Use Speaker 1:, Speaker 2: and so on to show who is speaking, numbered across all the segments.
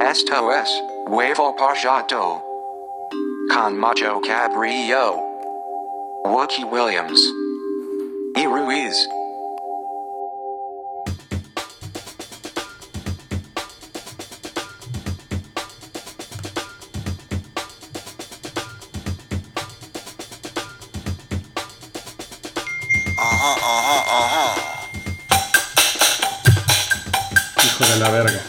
Speaker 1: Esto es huevo parchado. Con Macho Cabrillo. Wookie Williams. Y Ruiz.
Speaker 2: Hijo de la verga.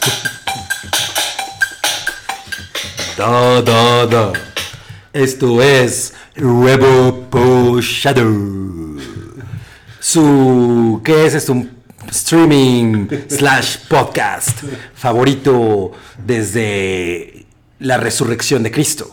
Speaker 3: Todo, todo. Esto es Rebel Pool Shadow. Su. ¿Qué es esto? Un streaming slash podcast favorito desde la resurrección de Cristo.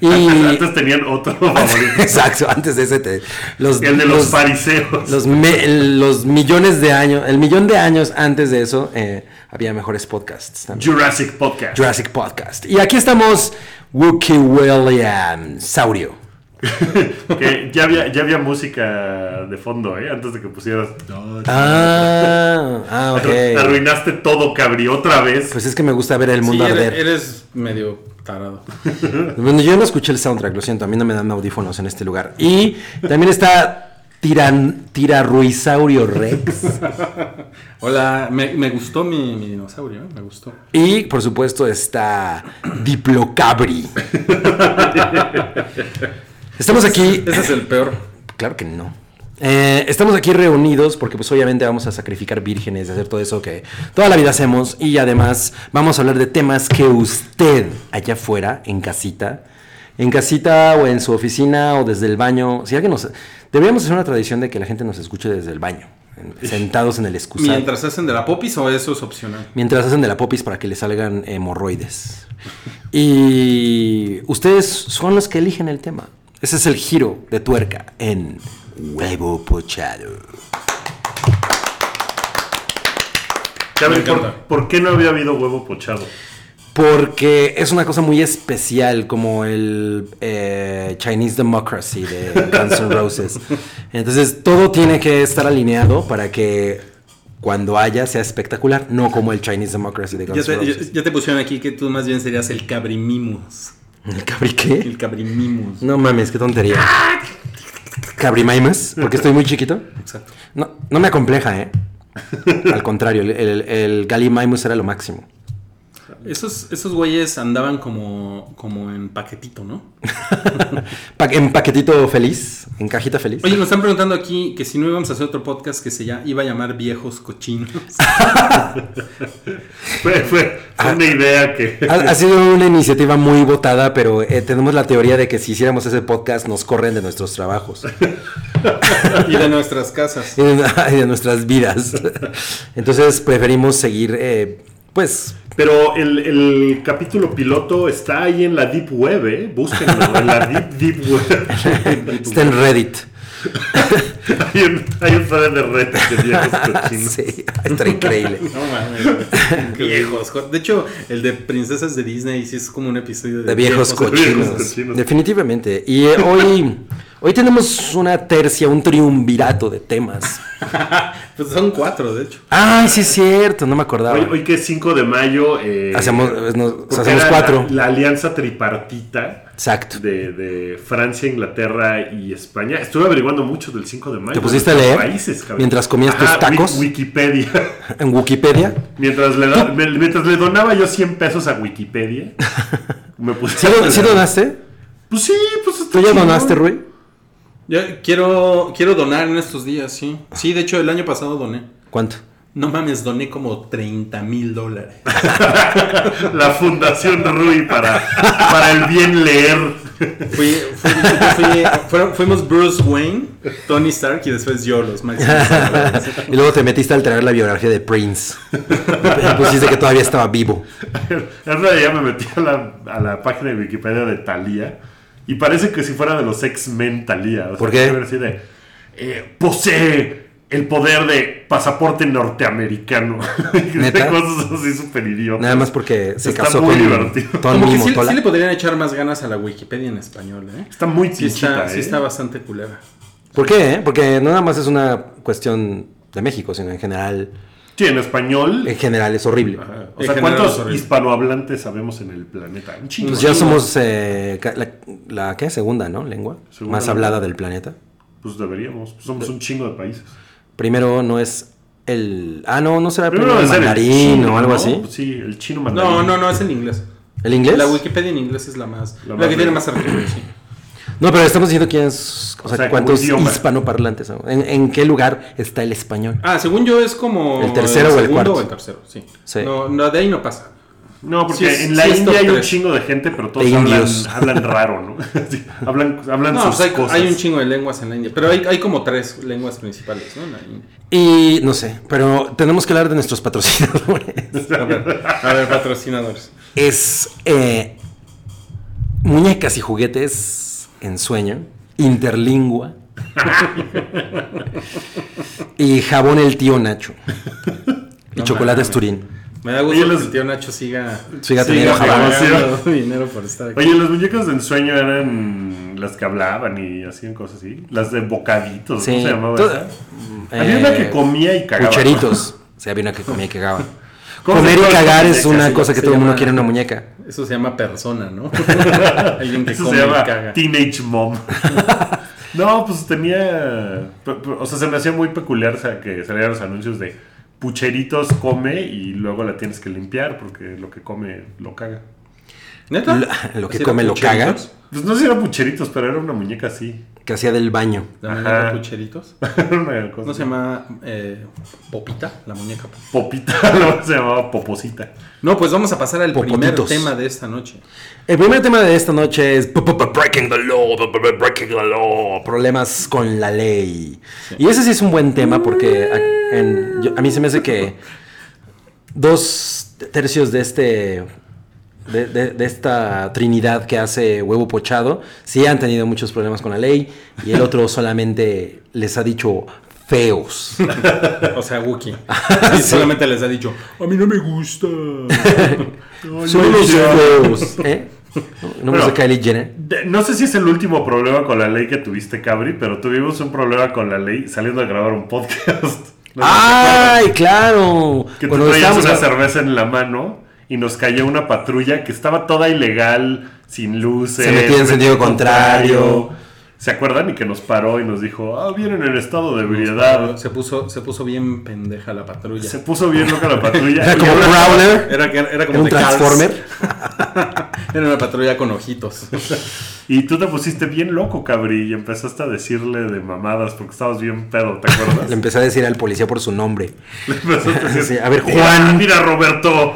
Speaker 3: Y.
Speaker 2: Antes tenían otro favorito.
Speaker 3: Exacto, antes de ese. te- los,
Speaker 2: El de los, fariseos.
Speaker 3: los, me- los millones de años, el millón de años antes de eso, eh, había mejores podcasts también.
Speaker 2: Jurassic Podcast.
Speaker 3: Jurassic Podcast. Y aquí estamos, Wookie William Saurio.
Speaker 2: que ya había, ya había música de fondo, ¿eh? Antes de que pusieras.
Speaker 3: Ah, ah, ok.
Speaker 2: Arruinaste todo, cabri, otra vez.
Speaker 3: Pues es que me gusta ver el
Speaker 4: Sí,
Speaker 3: mundo
Speaker 4: eres,
Speaker 3: arder.
Speaker 4: eres medio tarado.
Speaker 3: Bueno, yo no escuché el soundtrack, lo siento, a mí no me dan audífonos en este lugar. Y también está Tiran, Tiraruisaurio Rex.
Speaker 4: Hola, me, me gustó mi, mi dinosaurio, ¿eh? me gustó.
Speaker 3: Y por supuesto está Diplocabri. Estamos aquí.
Speaker 4: Ese es el peor.
Speaker 3: Claro que no. Eh, estamos aquí reunidos porque pues obviamente vamos a sacrificar vírgenes, hacer todo eso que toda la vida hacemos y además vamos a hablar de temas que usted allá afuera, en casita, en casita o en su oficina o desde el baño, si alguien nos... Deberíamos hacer una tradición de que la gente nos escuche desde el baño, en- sentados en el excusado.
Speaker 4: Mientras hacen de la popis o eso es opcional.
Speaker 3: Mientras hacen de la popis para que le salgan hemorroides. Y ustedes son los que eligen el tema. Ese es el giro de tuerca en Huevo Pochado.
Speaker 2: Cabri,
Speaker 4: Me
Speaker 2: ¿por,
Speaker 4: encanta.
Speaker 2: por qué no había habido huevo pochado?
Speaker 3: Porque es una cosa muy especial, como el eh, Chinese Democracy de Guns N' Roses. Entonces todo tiene que estar alineado para que cuando haya sea espectacular, no como el Chinese Democracy de
Speaker 4: Ya
Speaker 3: Guns N'
Speaker 4: te,
Speaker 3: Roses.
Speaker 4: ya- ya te pusieron aquí que tú más bien serías el cabrimimos.
Speaker 3: ¿El cabri qué?
Speaker 4: El cabrimimos.
Speaker 3: No mames, qué tontería. Cabrimaimas, porque estoy muy chiquito.
Speaker 4: Exacto.
Speaker 3: No, no me acompleja, ¿eh? Al contrario, el, el, el Gallimaimus era lo máximo.
Speaker 4: Esos, esos güeyes andaban como, como en paquetito, ¿no?
Speaker 3: Pa- en paquetito feliz, en cajita feliz.
Speaker 4: Oye, nos están preguntando aquí que si no íbamos a hacer otro podcast que se ya iba a llamar Viejos Cochinos.
Speaker 2: Fue, fue
Speaker 3: Ah.
Speaker 2: una idea que.
Speaker 3: Ha, ha sido una iniciativa muy votada, pero eh, tenemos la teoría de que si hiciéramos ese podcast nos corren de nuestros trabajos
Speaker 4: y de nuestras casas.
Speaker 3: y de, y de nuestras vidas. Entonces preferimos seguir, eh, pues,
Speaker 2: Pero el, el capítulo piloto está ahí en la Deep Web, ¿eh? Búsquenlo, en la Deep, deep Web.
Speaker 3: está en Reddit.
Speaker 2: hay, un, hay un thread de red de viejos cochinos.
Speaker 3: Sí, está increíble.
Speaker 4: No mames. viejos. co- De hecho, el de Princesas de Disney sí es como un episodio de,
Speaker 3: De viejos cochinos.
Speaker 2: viejos cochinos.
Speaker 3: Definitivamente. Y eh, hoy, hoy tenemos una tercia, un triunvirato de temas.
Speaker 4: Pues son cuatro, de hecho.
Speaker 3: Ay, sí es cierto, no me acordaba.
Speaker 2: Hoy, hoy que es 5 de mayo. eh,
Speaker 3: Hacemos, eh, nos-
Speaker 2: porque
Speaker 3: hacemos
Speaker 2: era
Speaker 3: cuatro.
Speaker 2: La, la alianza tripartita
Speaker 3: Exacto.
Speaker 2: de, de Francia, Inglaterra y España. Estuve averiguando mucho del 5 de mayo.
Speaker 3: ¿Te pusiste a
Speaker 2: de los
Speaker 3: leer
Speaker 2: Países, cabrón.
Speaker 3: mientras comías tus
Speaker 2: Ajá, wi-
Speaker 3: tacos?
Speaker 2: Wikipedia.
Speaker 3: En Wikipedia.
Speaker 2: Mientras le, do- me- mientras le donaba yo 100 pesos a Wikipedia, me puse.
Speaker 3: ¿Sí,
Speaker 2: a-
Speaker 3: don- sí donaste?
Speaker 2: Pues sí, pues está
Speaker 3: ¿Tú ya
Speaker 2: chingón.
Speaker 3: donaste, Rui?
Speaker 4: Yo quiero, quiero donar en estos días, sí. Sí, de hecho, el año pasado doné.
Speaker 3: ¿Cuánto?
Speaker 4: No mames, doné como 30 mil dólares.
Speaker 2: La Fundación Rui para, para el bien leer.
Speaker 4: Fui, fui- fui- fueron- fuimos Bruce Wayne, Tony Stark y después yo, los máximos. salvadores.
Speaker 3: y luego te metiste a alterar la biografía de Prince. Y pusiste que todavía estaba vivo.
Speaker 2: En realidad me metí a la, a la página de Wikipedia de Thalía y parece que si fuera de los X-Men Thalía. O sea,
Speaker 3: ¿Por qué?
Speaker 2: debe decir de, eh, posee el poder de pasaporte norteamericano.
Speaker 3: ¿Neta?
Speaker 2: Cosas así súper idiotas.
Speaker 3: Nada más porque se
Speaker 2: Está
Speaker 3: casó
Speaker 2: muy
Speaker 3: con
Speaker 2: divertido.
Speaker 3: Tony
Speaker 4: Como que sí,
Speaker 3: Motola.
Speaker 4: sí le podrían echar más ganas a la Wikipedia en español, ¿eh?
Speaker 2: Está muy
Speaker 4: Sí
Speaker 2: pinchita,
Speaker 4: está,
Speaker 2: ¿eh?
Speaker 4: sí está bastante culera.
Speaker 3: ¿Por qué? eh? Porque no nada más es una cuestión de México, sino en general.
Speaker 2: Sí, en español.
Speaker 3: En general es horrible.
Speaker 2: Ajá. O
Speaker 4: En
Speaker 2: sea,
Speaker 4: general es
Speaker 2: ¿cuántos
Speaker 4: horrible.
Speaker 2: hispanohablantes sabemos en el planeta? Un chingo.
Speaker 3: Pues ya somos eh, ca- la, la- ¿qué? segunda, ¿no? Lengua
Speaker 2: Segunda
Speaker 3: más
Speaker 2: lengua.
Speaker 3: hablada del planeta.
Speaker 2: Pues deberíamos. Pues somos un chingo de países.
Speaker 3: Primero no es el. Ah, no, no será primero,
Speaker 2: va
Speaker 3: el
Speaker 2: a ser el
Speaker 3: mandarín
Speaker 2: chino,
Speaker 3: o algo
Speaker 2: ¿no? Pues
Speaker 3: así.
Speaker 2: Sí, el chino mandarín.
Speaker 4: No, no, no, es en inglés.
Speaker 3: ¿El inglés?
Speaker 4: La Wikipedia en inglés es la más.
Speaker 2: La
Speaker 4: La,
Speaker 2: más
Speaker 4: que tiene
Speaker 2: de-
Speaker 4: más artículos, sí.
Speaker 3: No, pero estamos diciendo quién es. O,
Speaker 2: O
Speaker 3: sea,
Speaker 2: sea, como
Speaker 3: cuántos
Speaker 2: idioma.
Speaker 3: hispanoparlantes. son. ¿En, en qué lugar está el español?
Speaker 4: Ah, según yo es como.
Speaker 3: ¿El tercero o el
Speaker 4: segundo
Speaker 3: cuarto?
Speaker 4: o el tercero, sí.
Speaker 3: Sí.
Speaker 4: No, no, de ahí no pasa.
Speaker 2: No, porque
Speaker 4: Sí es-
Speaker 2: en la
Speaker 4: sí es
Speaker 2: India
Speaker 4: top
Speaker 2: hay un
Speaker 4: tres.
Speaker 2: chingo de gente, pero todos
Speaker 3: De
Speaker 2: hablan,
Speaker 3: indios.
Speaker 2: hablan raro, ¿no? Sí, hablan hablan
Speaker 4: No,
Speaker 2: sus
Speaker 4: pues hay,
Speaker 2: cosas.
Speaker 4: hay un chingo de lenguas en la India. Pero hay, hay como tres lenguas principales, ¿no? En la India.
Speaker 3: Y no sé, pero tenemos que hablar de nuestros patrocinadores.
Speaker 4: A ver, a ver, patrocinadores.
Speaker 3: es eh, Muñecas y Juguetes en Sueño, Interlingua y Jabón el Tío Nacho y
Speaker 4: No
Speaker 3: Chocolates
Speaker 4: mames.
Speaker 3: Turín.
Speaker 4: Me da gusto
Speaker 2: Oye, los-
Speaker 4: que el tío Nacho siga.
Speaker 3: Siga teniendo
Speaker 2: jabón.
Speaker 4: ganando dinero por estar aquí.
Speaker 2: Oye, las muñecas de ensueño eran las que hablaban y hacían cosas así. Las de bocaditos,
Speaker 3: Sí,
Speaker 2: ¿cómo se llamaba?
Speaker 3: to-
Speaker 2: esa? Había una
Speaker 4: Eh,
Speaker 2: que comía y cagaba.
Speaker 3: Pucheritos. Sí, había una que comía y cagaba.
Speaker 2: ¿Cómo
Speaker 3: Comer
Speaker 2: se llama
Speaker 3: y
Speaker 2: esa
Speaker 3: cagar es
Speaker 2: muñeca?
Speaker 3: una
Speaker 4: Se-
Speaker 3: cosa que
Speaker 4: se
Speaker 3: todo el mundo
Speaker 4: llama-
Speaker 3: quiere una muñeca.
Speaker 4: Eso se llama persona, ¿no? Alguien que
Speaker 2: Eso
Speaker 4: come
Speaker 2: se
Speaker 4: y
Speaker 2: llama
Speaker 4: caga.
Speaker 2: Teenage Mom. no, pues tenía. p- p- O sea, se me hacía muy peculiar o sea, que salieran los anuncios de pucheritos come y luego la tienes que limpiar porque lo que come lo caga.
Speaker 4: ¿Neta?
Speaker 3: Lo- lo que
Speaker 4: ¿Así
Speaker 3: come
Speaker 4: era
Speaker 3: lo caga.
Speaker 4: pucheritos?
Speaker 2: Pues no sé si era pucheritos, pero era una muñeca así.
Speaker 3: Que hacía del baño.
Speaker 4: La muñeca
Speaker 2: Ajá.
Speaker 4: pucheritos.
Speaker 2: Era una cosa.
Speaker 4: ¿No se llama eh, Popita? La muñeca. Popita.
Speaker 2: Popita, luego se llamaba poposita.
Speaker 4: No, pues vamos a pasar al primer
Speaker 3: Popotitos.
Speaker 4: tema de esta noche.
Speaker 3: El primer tema de esta noche es p- p- p- Breaking the Law, p- p- Breaking the Law, problemas con la ley. Y ese sí es un buen tema porque a, en- yo- a mí se me hace que dos tercios de este de, de- de esta trinidad que hace huevo pochado sí han tenido muchos problemas con la ley y el otro solamente les ha dicho feos.
Speaker 4: O sea, Wookie. Y Solamente les ha dicho, a mí no me gusta.
Speaker 3: Son unos feos. ¿eh? No, no me
Speaker 2: Bueno.
Speaker 3: gusta Kylie Jenner.
Speaker 2: De- no sé si es el último problema con la ley que tuviste, Cabri, pero tuvimos un problema con la ley saliendo a grabar un podcast. No sé
Speaker 4: Ah,
Speaker 3: ¡Ay, claro!
Speaker 2: si te acuerdas. que tú
Speaker 3: Cuando
Speaker 2: traías
Speaker 3: estábamos
Speaker 2: una
Speaker 3: a-
Speaker 2: cerveza en la mano y nos cayó una patrulla que estaba toda ilegal, sin luces.
Speaker 3: Se metía en sentido contrario.
Speaker 2: ¿Se acuerdan? Y que nos paró y nos dijo, ah, vienen en estado de ebriedad.
Speaker 4: Se puso, se puso bien pendeja la patrulla.
Speaker 2: Se puso bien loca la patrulla.
Speaker 3: Era como
Speaker 2: Y ahora-
Speaker 3: Prowler.
Speaker 4: Era, era, era como
Speaker 3: Era un
Speaker 4: de Cars.
Speaker 3: Transformer.
Speaker 4: Era una patrulla con ojitos.
Speaker 2: Y tú te pusiste bien loco, Cabri, y empezaste a decirle de mamadas porque estabas bien pedo, ¿te acuerdas?
Speaker 3: Le empecé a decir al policía por su nombre.
Speaker 2: Le empezaste a decir,
Speaker 3: Sí, a ver,
Speaker 2: "Mira,
Speaker 3: Juan".
Speaker 2: Mira, Roberto,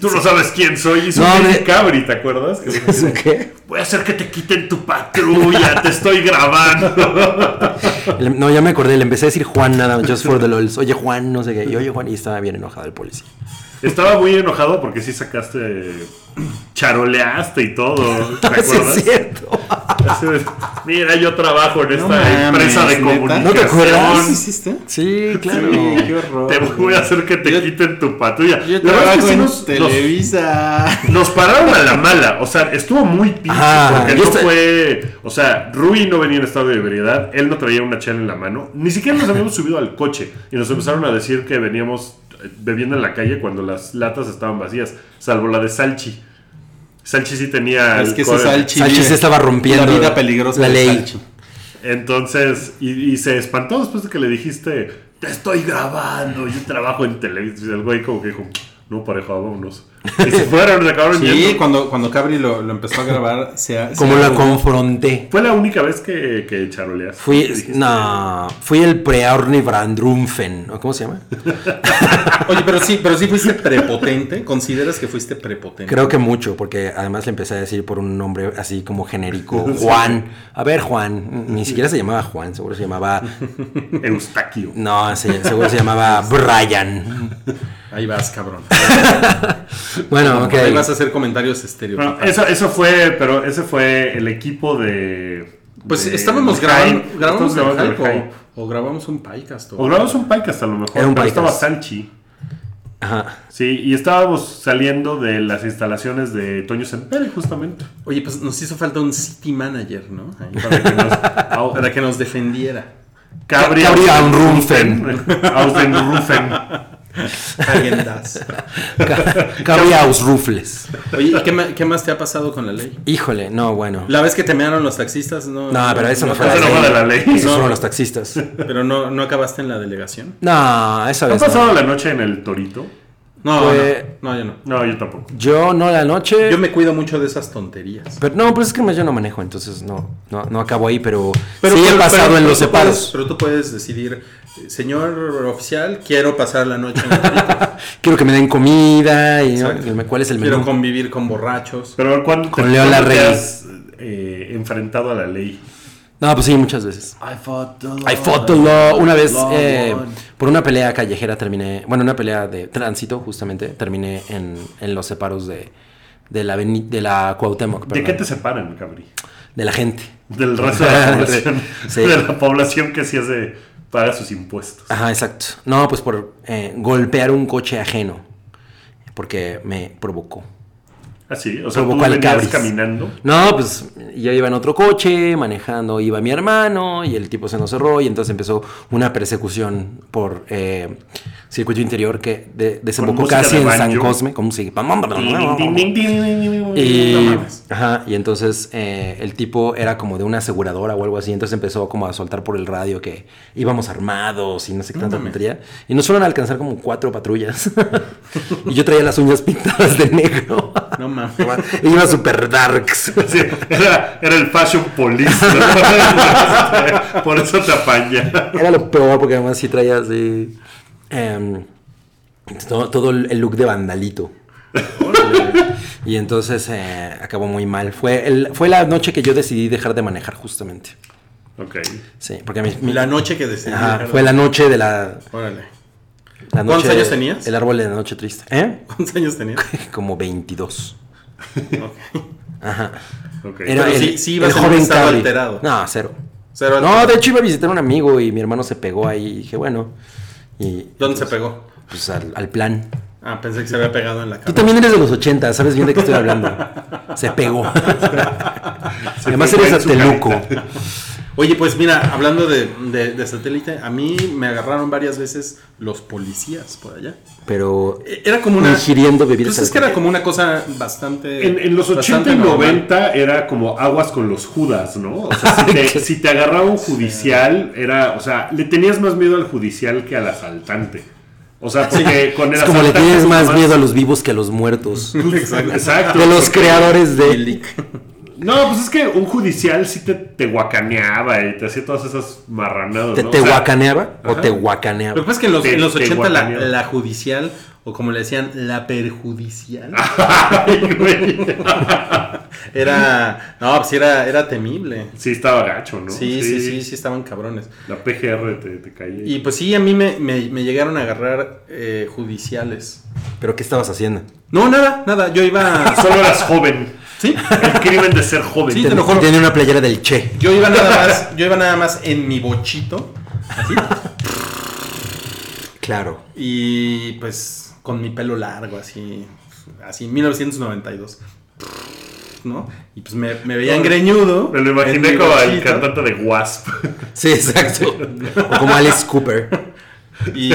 Speaker 2: tú no sabes quién soy. Es un
Speaker 3: No,
Speaker 2: Lady
Speaker 3: me-
Speaker 2: Cabri, ¿te acuerdas? Que dijo,
Speaker 3: ¿Qué?
Speaker 2: Voy a hacer que te quiten tu patrulla, te estoy grabando.
Speaker 3: Le- No, ya me acordé, le empecé a decir Juan nada, más, just for the lols. Oye, Juan, no sé qué. Y oye, Juan, y estaba bien enojado el policía.
Speaker 2: Estaba muy enojado porque sí sacaste, charoleaste y todo, ¿te
Speaker 3: Sí, es
Speaker 2: acuerdas?
Speaker 3: cierto.
Speaker 2: Así de, Mira, yo trabajo en esta
Speaker 4: mames,
Speaker 2: empresa de
Speaker 4: ¿neta?
Speaker 2: comunicación.
Speaker 3: ¿No te acuerdas?
Speaker 4: ¿Qué hiciste?
Speaker 3: Sí, claro.
Speaker 4: Sí, qué horror.
Speaker 2: Te voy a hacer que te
Speaker 4: Yo-
Speaker 2: quiten tu patrulla.
Speaker 4: Yo
Speaker 2: La verdad
Speaker 4: trabajo
Speaker 2: es que sí
Speaker 4: en
Speaker 2: nos- nos-
Speaker 4: Televisa.
Speaker 2: Nos pararon a la mala, o sea, estuvo muy pinche
Speaker 3: Ajá,
Speaker 2: porque
Speaker 3: y
Speaker 2: no
Speaker 3: este-
Speaker 2: fue, o sea, Rui no venía en estado de ebriedad, él no traía una chela en la mano, ni siquiera nos habíamos subido al coche y nos empezaron a decir que veníamos eh, bebiendo en la calle cuando las latas estaban vacías, salvo la de Salchi. Salchi sí tenía
Speaker 4: Es que ese
Speaker 2: alcohol.
Speaker 4: Salchi.
Speaker 3: Salchi se estaba rompiendo
Speaker 4: La vida peligrosa
Speaker 3: la
Speaker 4: de
Speaker 3: ley.
Speaker 4: Salchi.
Speaker 2: Entonces, y, y se espantó después de que le dijiste, te estoy grabando, yo trabajo en televisión. Y el güey como que dijo, no pareja, vámonos. Y se fueron, se acabaron
Speaker 4: Sí,
Speaker 2: yendo.
Speaker 4: cuando, cuando Cabri lo, lo empezó a grabar, se,
Speaker 3: Como
Speaker 4: se-
Speaker 3: la confronté.
Speaker 2: Fue la única vez que, que charoleas.
Speaker 3: Fui, no, fui el preorni Brandrumfen, ¿o ¿cómo se llama?
Speaker 4: Oye, pero sí, pero sí fuiste prepotente. ¿Consideras que fuiste prepotente?
Speaker 3: Creo que mucho, porque además le empecé a decir por un nombre así como genérico, Juan. A ver, Juan, ni siquiera se llamaba Juan, seguro se llamaba
Speaker 2: Eustaquio.
Speaker 3: No, sí, seguro se llamaba Brian.
Speaker 4: Ahí vas, cabrón.
Speaker 3: Bueno, ok.
Speaker 4: Ah, Ahí vas a hacer comentarios
Speaker 2: Bueno,
Speaker 4: estereotipados.
Speaker 2: eso, eso fue, pero ese fue el equipo de.
Speaker 4: Pues
Speaker 2: de-
Speaker 4: estábamos
Speaker 2: del
Speaker 4: grabando,
Speaker 2: hype.
Speaker 4: grabamos
Speaker 2: Estábamos
Speaker 4: el
Speaker 2: grabando
Speaker 4: hype
Speaker 2: hype.
Speaker 4: o, o grabamos un podcast.
Speaker 2: O grabamos un podcast a lo mejor.
Speaker 3: Era un
Speaker 2: pero estaba
Speaker 3: podcast.
Speaker 2: Sanchi.
Speaker 3: Ajá.
Speaker 2: Sí, y estábamos saliendo de las instalaciones de Toño Sempere, justamente.
Speaker 4: Oye, pues nos hizo falta un city manager, ¿no? Ahí,
Speaker 2: Para que nos, au-
Speaker 4: para que nos defendiera.
Speaker 2: Cabri
Speaker 3: Cabri
Speaker 2: Rufen. Ausen Rufen.
Speaker 4: Hagen Dazs.
Speaker 3: Ca- Cabriaus rufles.
Speaker 4: Oye, ¿y qué, ma- qué más te ha pasado con la ley?
Speaker 3: Híjole, no, bueno.
Speaker 4: La vez que te mearon los taxistas, no.
Speaker 3: No, pero eso no fue
Speaker 2: Eso
Speaker 3: la
Speaker 2: no
Speaker 3: ley.
Speaker 2: fue de la ley.
Speaker 3: Esos
Speaker 2: No.
Speaker 3: fueron los taxistas.
Speaker 4: Pero no, no acabaste en la delegación.
Speaker 3: No, esa
Speaker 2: ¿Han
Speaker 3: vez.
Speaker 2: pasado
Speaker 3: no.
Speaker 2: la noche en el Torito?
Speaker 4: No,
Speaker 3: Fue-
Speaker 4: no, no, yo no.
Speaker 2: No, yo tampoco.
Speaker 3: Yo no la noche.
Speaker 4: Yo me cuido mucho de esas tonterías.
Speaker 3: Pero no, pues es que además yo no manejo, entonces no, no, no acabo ahí, pero,
Speaker 4: Pero,
Speaker 3: sí he
Speaker 4: pero-
Speaker 3: pasado
Speaker 4: pero-
Speaker 3: en
Speaker 4: pero
Speaker 3: los
Speaker 4: tú
Speaker 3: separos.
Speaker 4: puedes- pero tú puedes decidir, eh, señor oficial, quiero pasar la noche en el torito.
Speaker 3: Quiero que me den comida y ¿no?
Speaker 4: Exacto.
Speaker 3: cuál es el menú.
Speaker 4: Quiero convivir con borrachos.
Speaker 2: Pero a ver, ¿cuándo
Speaker 3: Con
Speaker 2: te,
Speaker 3: Leo
Speaker 2: cuándo te
Speaker 3: Larregui.
Speaker 2: has eh, enfrentado a la ley?
Speaker 3: No, pues sí, muchas veces.
Speaker 4: I fought the
Speaker 3: I fought the law. Una vez, eh, por una pelea callejera terminé, bueno, una pelea de tránsito, justamente, terminé en, en los separos de, de la, aveni- de la Cuauhtémoc,
Speaker 2: ¿De qué
Speaker 3: perdón.
Speaker 2: te separan, Cabri?
Speaker 3: de la gente.
Speaker 2: Del resto de la población.
Speaker 3: Sí. Ah.
Speaker 2: De la población que sí hace, paga sus impuestos.
Speaker 3: Ajá, exacto. No, pues por eh, golpear un coche ajeno, porque me provocó.
Speaker 2: Ah, sí. O sea, tú
Speaker 3: Provocó al
Speaker 2: venías
Speaker 3: Cabris.
Speaker 2: caminando.
Speaker 3: No, pues yo iba en otro coche, manejando iba mi hermano y el tipo se nos cerró y entonces empezó una persecución por eh, circuito interior que de- desembocó
Speaker 2: música
Speaker 3: casi
Speaker 2: de
Speaker 3: en
Speaker 2: banjo.
Speaker 3: San Cosme, como si...
Speaker 2: Y...
Speaker 3: Y, ajá, y entonces eh, el tipo era como de una aseguradora o algo así, entonces empezó como a soltar por el radio que íbamos armados y no sé qué tanta
Speaker 4: mames.
Speaker 3: tontería. Y nos fueron a alcanzar como cuatro patrullas. y yo traía las uñas pintadas de negro.
Speaker 4: No mames.
Speaker 3: Y iba super darks.
Speaker 2: era, era el fashion police. ¿no? Por eso te apaña.
Speaker 3: Era lo peor porque además sí traía así. em, todo, todo el look de vandalito. y entonces eh, acabó muy mal. Fue, el, fue la noche que yo decidí dejar de manejar, justamente.
Speaker 2: Ok.
Speaker 3: Sí, porque mi- mi-
Speaker 4: La noche que decidí.
Speaker 3: ajá,
Speaker 4: dejar-
Speaker 3: fue la noche de la.
Speaker 4: Órale.
Speaker 3: la
Speaker 4: ¿Cuántos
Speaker 3: noche-
Speaker 4: años tenías?
Speaker 3: El árbol de la noche triste. ¿Eh?
Speaker 4: ¿Cuántos años tenías?
Speaker 3: Como 22.
Speaker 4: Ok.
Speaker 3: Ajá.
Speaker 2: ok.
Speaker 4: Pero
Speaker 3: Era el,
Speaker 4: sí- sí ibas
Speaker 3: el
Speaker 4: en un
Speaker 3: joven
Speaker 4: estado
Speaker 3: Cabri.
Speaker 4: alterado.
Speaker 3: No, cero.
Speaker 4: Cero
Speaker 3: no,
Speaker 4: alterado.
Speaker 3: de hecho iba a visitar a un amigo y mi hermano se pegó ahí y dije, bueno. Y,
Speaker 4: ¿Dónde se pegó?
Speaker 3: Pues al- al plan.
Speaker 4: Ah, pensé que se había pegado en la
Speaker 3: Tú
Speaker 4: cara.
Speaker 3: también eres de los 80, sabes bien de qué estoy hablando. Se pegó. Además
Speaker 2: pegó
Speaker 3: eres
Speaker 2: en su
Speaker 3: ateluco.
Speaker 4: Oye, pues mira, hablando de, de- de satélite, a mí me agarraron varias veces los policías por allá.
Speaker 3: Pero
Speaker 4: Eh, Era como una.
Speaker 3: Ingiriendo bebidas
Speaker 4: Pues es que
Speaker 3: alcohólicas.
Speaker 4: era como una cosa bastante.
Speaker 2: En, en los 80
Speaker 4: bastante
Speaker 2: y
Speaker 4: normal.
Speaker 2: 90 era como aguas con los judas, ¿no? O sea, si te, si te agarraba un judicial, era, o sea, le tenías más miedo al judicial que al asaltante. O sea, porque con el
Speaker 3: es como le
Speaker 2: asaltante
Speaker 3: tienes más
Speaker 2: nomás-
Speaker 3: miedo a los vivos que a los muertos.
Speaker 2: Exacto.
Speaker 3: De los
Speaker 2: porque-
Speaker 3: creadores de...
Speaker 4: Milic.
Speaker 2: No, pues es que un judicial sí te, te guacaneaba y te hacía todas esas marranadas.
Speaker 3: ¿Te,
Speaker 2: ¿no?
Speaker 3: te
Speaker 2: O sea,
Speaker 3: guacaneaba o
Speaker 2: ajá.
Speaker 3: te
Speaker 4: Lo que
Speaker 3: guacaneaba?
Speaker 4: pasa es que en los,
Speaker 2: Te-
Speaker 4: en los
Speaker 2: te
Speaker 4: 80 la,
Speaker 2: guacaneó.
Speaker 4: la judicial, o como le decían, la perjudicial,
Speaker 2: Ah. Ay, güey.
Speaker 4: era. No, pues era, era temible.
Speaker 2: Sí, estaba gacho, ¿no?
Speaker 4: Sí, sí, sí, sí, estaban cabrones.
Speaker 2: La PGR te, te caía.
Speaker 4: Y pues sí, a mí me, me- me llegaron a agarrar eh, judiciales.
Speaker 3: ¿Pero qué estabas haciendo?
Speaker 4: No, nada, nada. Yo iba.
Speaker 2: Solo eras joven.
Speaker 4: Sí.
Speaker 2: El crimen de ser joven.
Speaker 4: Sí, te lo juro.
Speaker 3: Tiene una playera del Che.
Speaker 4: Yo iba nada más, yo iba nada más en mi bochito. Así.
Speaker 3: Claro.
Speaker 4: Y pues con mi pelo largo, así. Así, 1992. ¿No? Y pues me, me veían greñudo.
Speaker 2: Me lo
Speaker 4: en
Speaker 2: imaginé
Speaker 4: mi
Speaker 2: como el
Speaker 4: bochito.
Speaker 2: cantante de Wasp.
Speaker 3: Sí, exacto. O como Alice Cooper.
Speaker 4: Y,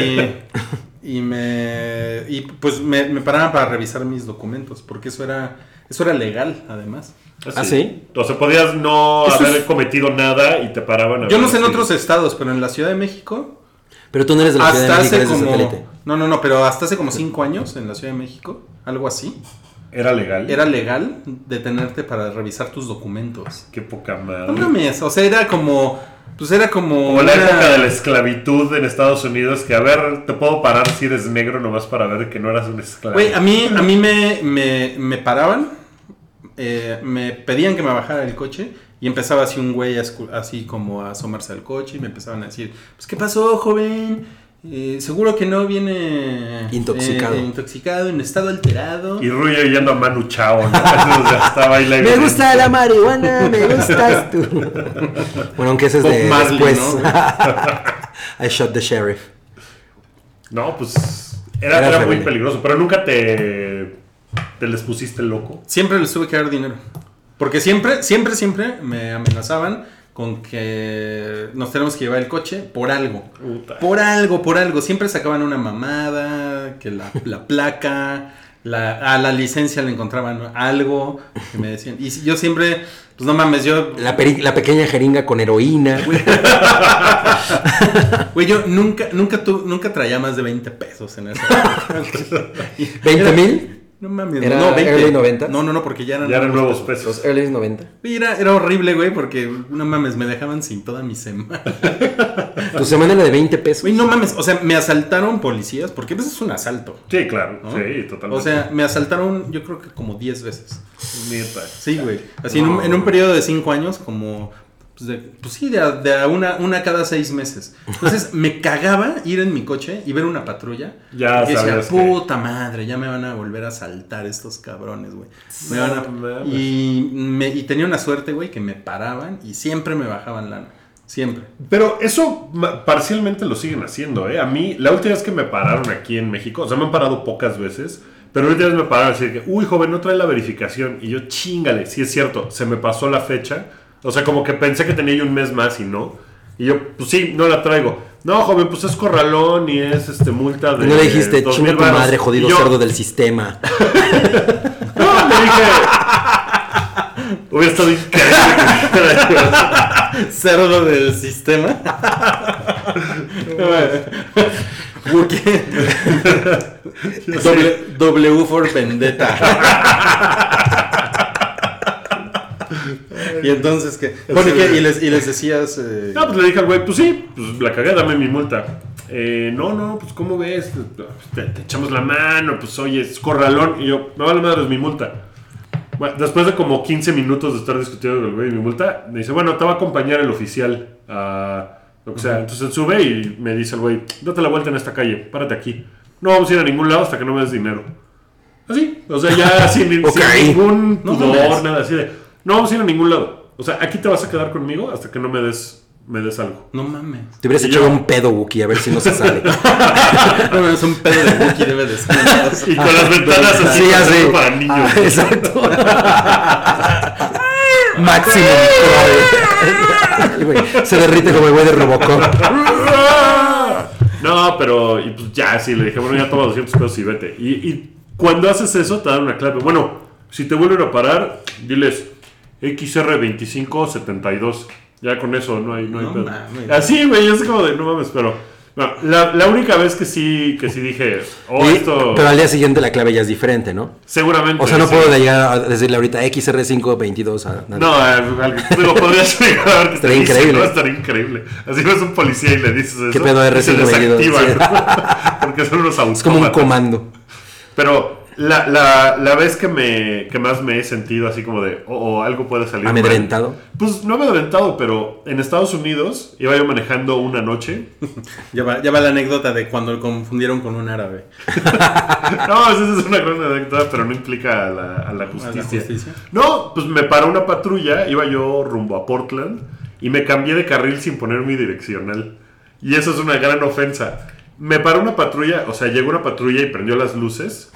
Speaker 4: y me. Y pues me, me paraban para revisar mis documentos. Porque eso era. Eso era legal, además.
Speaker 3: ¿Ah, sí?
Speaker 2: O sea, podías no
Speaker 4: Eso
Speaker 2: haber
Speaker 4: es-
Speaker 2: cometido nada y te paraban a
Speaker 4: Yo
Speaker 2: ver
Speaker 4: no sé en
Speaker 2: así.
Speaker 4: otros estados, pero en la Ciudad de México.
Speaker 3: Pero tú no eres de la Ciudad
Speaker 4: Hasta
Speaker 3: de
Speaker 4: hace
Speaker 3: México, eres de
Speaker 4: como.
Speaker 3: satélite.
Speaker 4: No, no, no, pero hasta hace como cinco años en la Ciudad de México, algo así.
Speaker 2: Era legal.
Speaker 4: Era legal detenerte para revisar tus documentos.
Speaker 2: Qué poca
Speaker 4: No
Speaker 2: madre.
Speaker 4: mames, o sea, era como. Pues era como.
Speaker 2: Como la
Speaker 4: una-
Speaker 2: época de la esclavitud en Estados Unidos, que a ver, te puedo parar si eres negro nomás para ver que no eras un esclavo.
Speaker 4: Güey, a mí, a mí me, me, me paraban, eh, me pedían que me bajara del coche y empezaba así un güey a escu- así como a asomarse al coche y me empezaban a decir: Pues, ¿qué pasó, joven? Eh, seguro que no viene.
Speaker 3: Intoxicado.
Speaker 4: eh, intoxicado, en estado alterado.
Speaker 2: Y Rui oyendo a Manu Chao, ¿no? O sea, estaba ahí la
Speaker 3: Me gusta la marihuana, me gustas tú. Bueno, aunque ese es
Speaker 4: Bob
Speaker 3: de
Speaker 4: Marley,
Speaker 3: después.
Speaker 4: ¿no?
Speaker 3: I shot the sheriff.
Speaker 2: No, pues Era,
Speaker 3: Era
Speaker 2: era muy
Speaker 3: rebelde.
Speaker 2: peligroso, pero nunca te, te les pusiste loco.
Speaker 4: Siempre les tuve que dar dinero. Porque siempre, siempre, siempre me amenazaban con que nos tenemos que llevar el coche por algo.
Speaker 2: Puta.
Speaker 4: Por algo, por algo. Siempre sacaban una mamada, que la, la placa, la, a la licencia le encontraban algo. Que me decían. Y si- yo siempre, pues no mames, yo,
Speaker 3: La, peri- la pequeña jeringa con heroína.
Speaker 4: güey, yo nunca, nunca, tu, nunca traía más de 20 pesos en esa.
Speaker 3: ¿20 mil?
Speaker 4: No mames,
Speaker 3: ¿Era
Speaker 4: no, 20.
Speaker 3: early 90s?
Speaker 4: No, no, no, porque ya eran,
Speaker 2: Ya eran nuevos pesos.
Speaker 3: Los early 90.
Speaker 4: Güey, Era, era horrible, güey, porque no mames, me dejaban sin toda mi semana.
Speaker 3: Tu semana era de 20 pesos.
Speaker 4: Güey, no mames, o sea, me asaltaron policías, porque pues es un asalto.
Speaker 2: Sí, claro.
Speaker 4: ¿no?
Speaker 2: Sí, totalmente.
Speaker 4: O sea, me asaltaron yo creo que como 10 veces.
Speaker 2: Neta.
Speaker 4: Sí, güey. Así en, un, en un periodo de 5 años, como. Pues, de- pues sí, de, a- de a una, una cada 6 meses. Entonces me cagaba ir en mi coche y ver una patrulla.
Speaker 2: Ya
Speaker 4: y decía,
Speaker 2: sabías que-
Speaker 4: puta madre, ya me van a volver a asaltar estos cabrones, güey. Me van
Speaker 2: No
Speaker 4: a...
Speaker 2: mames.
Speaker 4: y, me- y tenía una suerte, güey, que me paraban y siempre me bajaban lana. Siempre.
Speaker 2: Pero eso ma- parcialmente lo siguen haciendo, ¿eh? A mí, la última vez que me pararon aquí en México, o sea, me han parado pocas veces, pero la última vez me pararon así de que, uy, joven, no trae la verificación. Y yo, chingale, sí es cierto, se me pasó la fecha. O sea, como que pensé que tenía yo un mes más y no. Y yo, pues sí, no la traigo. No, joven, pues es corralón y es este multa de.
Speaker 3: no le dijiste,
Speaker 2: 2000
Speaker 3: chinga tu
Speaker 2: varos".
Speaker 3: madre,
Speaker 2: Y
Speaker 3: jodido
Speaker 2: yo,
Speaker 3: cerdo del sistema.
Speaker 2: No, le dije. Hubiera estado increíble que me dijera eso.
Speaker 4: cerdo del sistema. Wookie. w, W for Vendetta. y entonces que. Bueno, ¿y qué? y les, y les decías. eh,
Speaker 2: No, pues le dije al güey, pues sí, pues la cagué, dame mi multa. Eh, no, no, pues ¿cómo ves? Te, te echamos la mano, pues oye, es corralón. Y yo, me vale madre, es mi multa. Bueno, después de como 15 minutos de estar discutiendo con el güey mi multa, me dice, bueno, te va a acompañar el oficial a lo que sea. Entonces sube y me dice el güey, date la vuelta en esta calle, párate aquí. No vamos a ir a ningún lado hasta que no me des dinero. Así, o sea, ya sin, sin
Speaker 3: Ok.
Speaker 2: ningún
Speaker 4: No
Speaker 2: pudor,
Speaker 4: mames.
Speaker 2: nada así de, no vamos a ir a ningún lado. O sea, aquí te vas a quedar conmigo hasta que no me des, me des algo.
Speaker 4: No mames.
Speaker 3: Te hubieras
Speaker 2: Y
Speaker 3: hecho
Speaker 2: yo-
Speaker 3: un pedo, Wookie, a ver si no se sale.
Speaker 4: No mames, un pedo de Wookie debe de ser.
Speaker 2: Y con las ventanas así,
Speaker 3: Ah, Sí, así.
Speaker 2: con todo para niños.
Speaker 3: Ah, exacto. Máximo. Güey, Se derrite como el güey de Robocop.
Speaker 2: No, pero y pues ya, sí, le dije, bueno, ya toma 200 pesos y vete. Y, y cuando haces eso, te dan una clave. Bueno, si te vuelven a parar, diles XR2572. Ya con eso no hay, no hay
Speaker 4: No
Speaker 2: pedo.
Speaker 4: mames.
Speaker 2: Así, güey, es como de, no mames, pero. no, la, la única vez que sí, que sí dije, oh,
Speaker 3: Y-
Speaker 2: esto.
Speaker 3: Pero al día siguiente la clave ya es diferente, ¿no?
Speaker 2: Seguramente.
Speaker 3: O sea, no
Speaker 2: sí.
Speaker 3: puedo llegar a decirle ahorita XR522 a nadie.
Speaker 2: No, eh, al- digo, podrías llegar.
Speaker 3: Estaría
Speaker 2: te dicen,
Speaker 3: increíble.
Speaker 2: ¿no? Estaría increíble. Así ves un policía y le dices eso.
Speaker 3: ¿Qué pedo,
Speaker 2: y se
Speaker 3: R522?
Speaker 2: desactivan,
Speaker 3: Sí.
Speaker 2: ¿no? Porque son unos autómatas.
Speaker 3: es como un comando.
Speaker 2: Pero la, la, la vez que, me, que más me he sentido así como de, o algo puede salir. mal.
Speaker 3: Amedrentado.
Speaker 2: Pues no amedrentado, pero en Estados Unidos iba yo manejando una noche.
Speaker 4: Ya va, ya va la anécdota de cuando lo confundieron con un árabe.
Speaker 2: No, esa es una gran anécdota, pero no implica a la, a la justicia.
Speaker 4: justicia?
Speaker 2: No, pues me paró una patrulla, iba yo rumbo a Portland y me cambié de carril sin poner mi direccional. Y eso es una gran ofensa. Me paró una patrulla, o sea, llegó una patrulla y prendió las luces.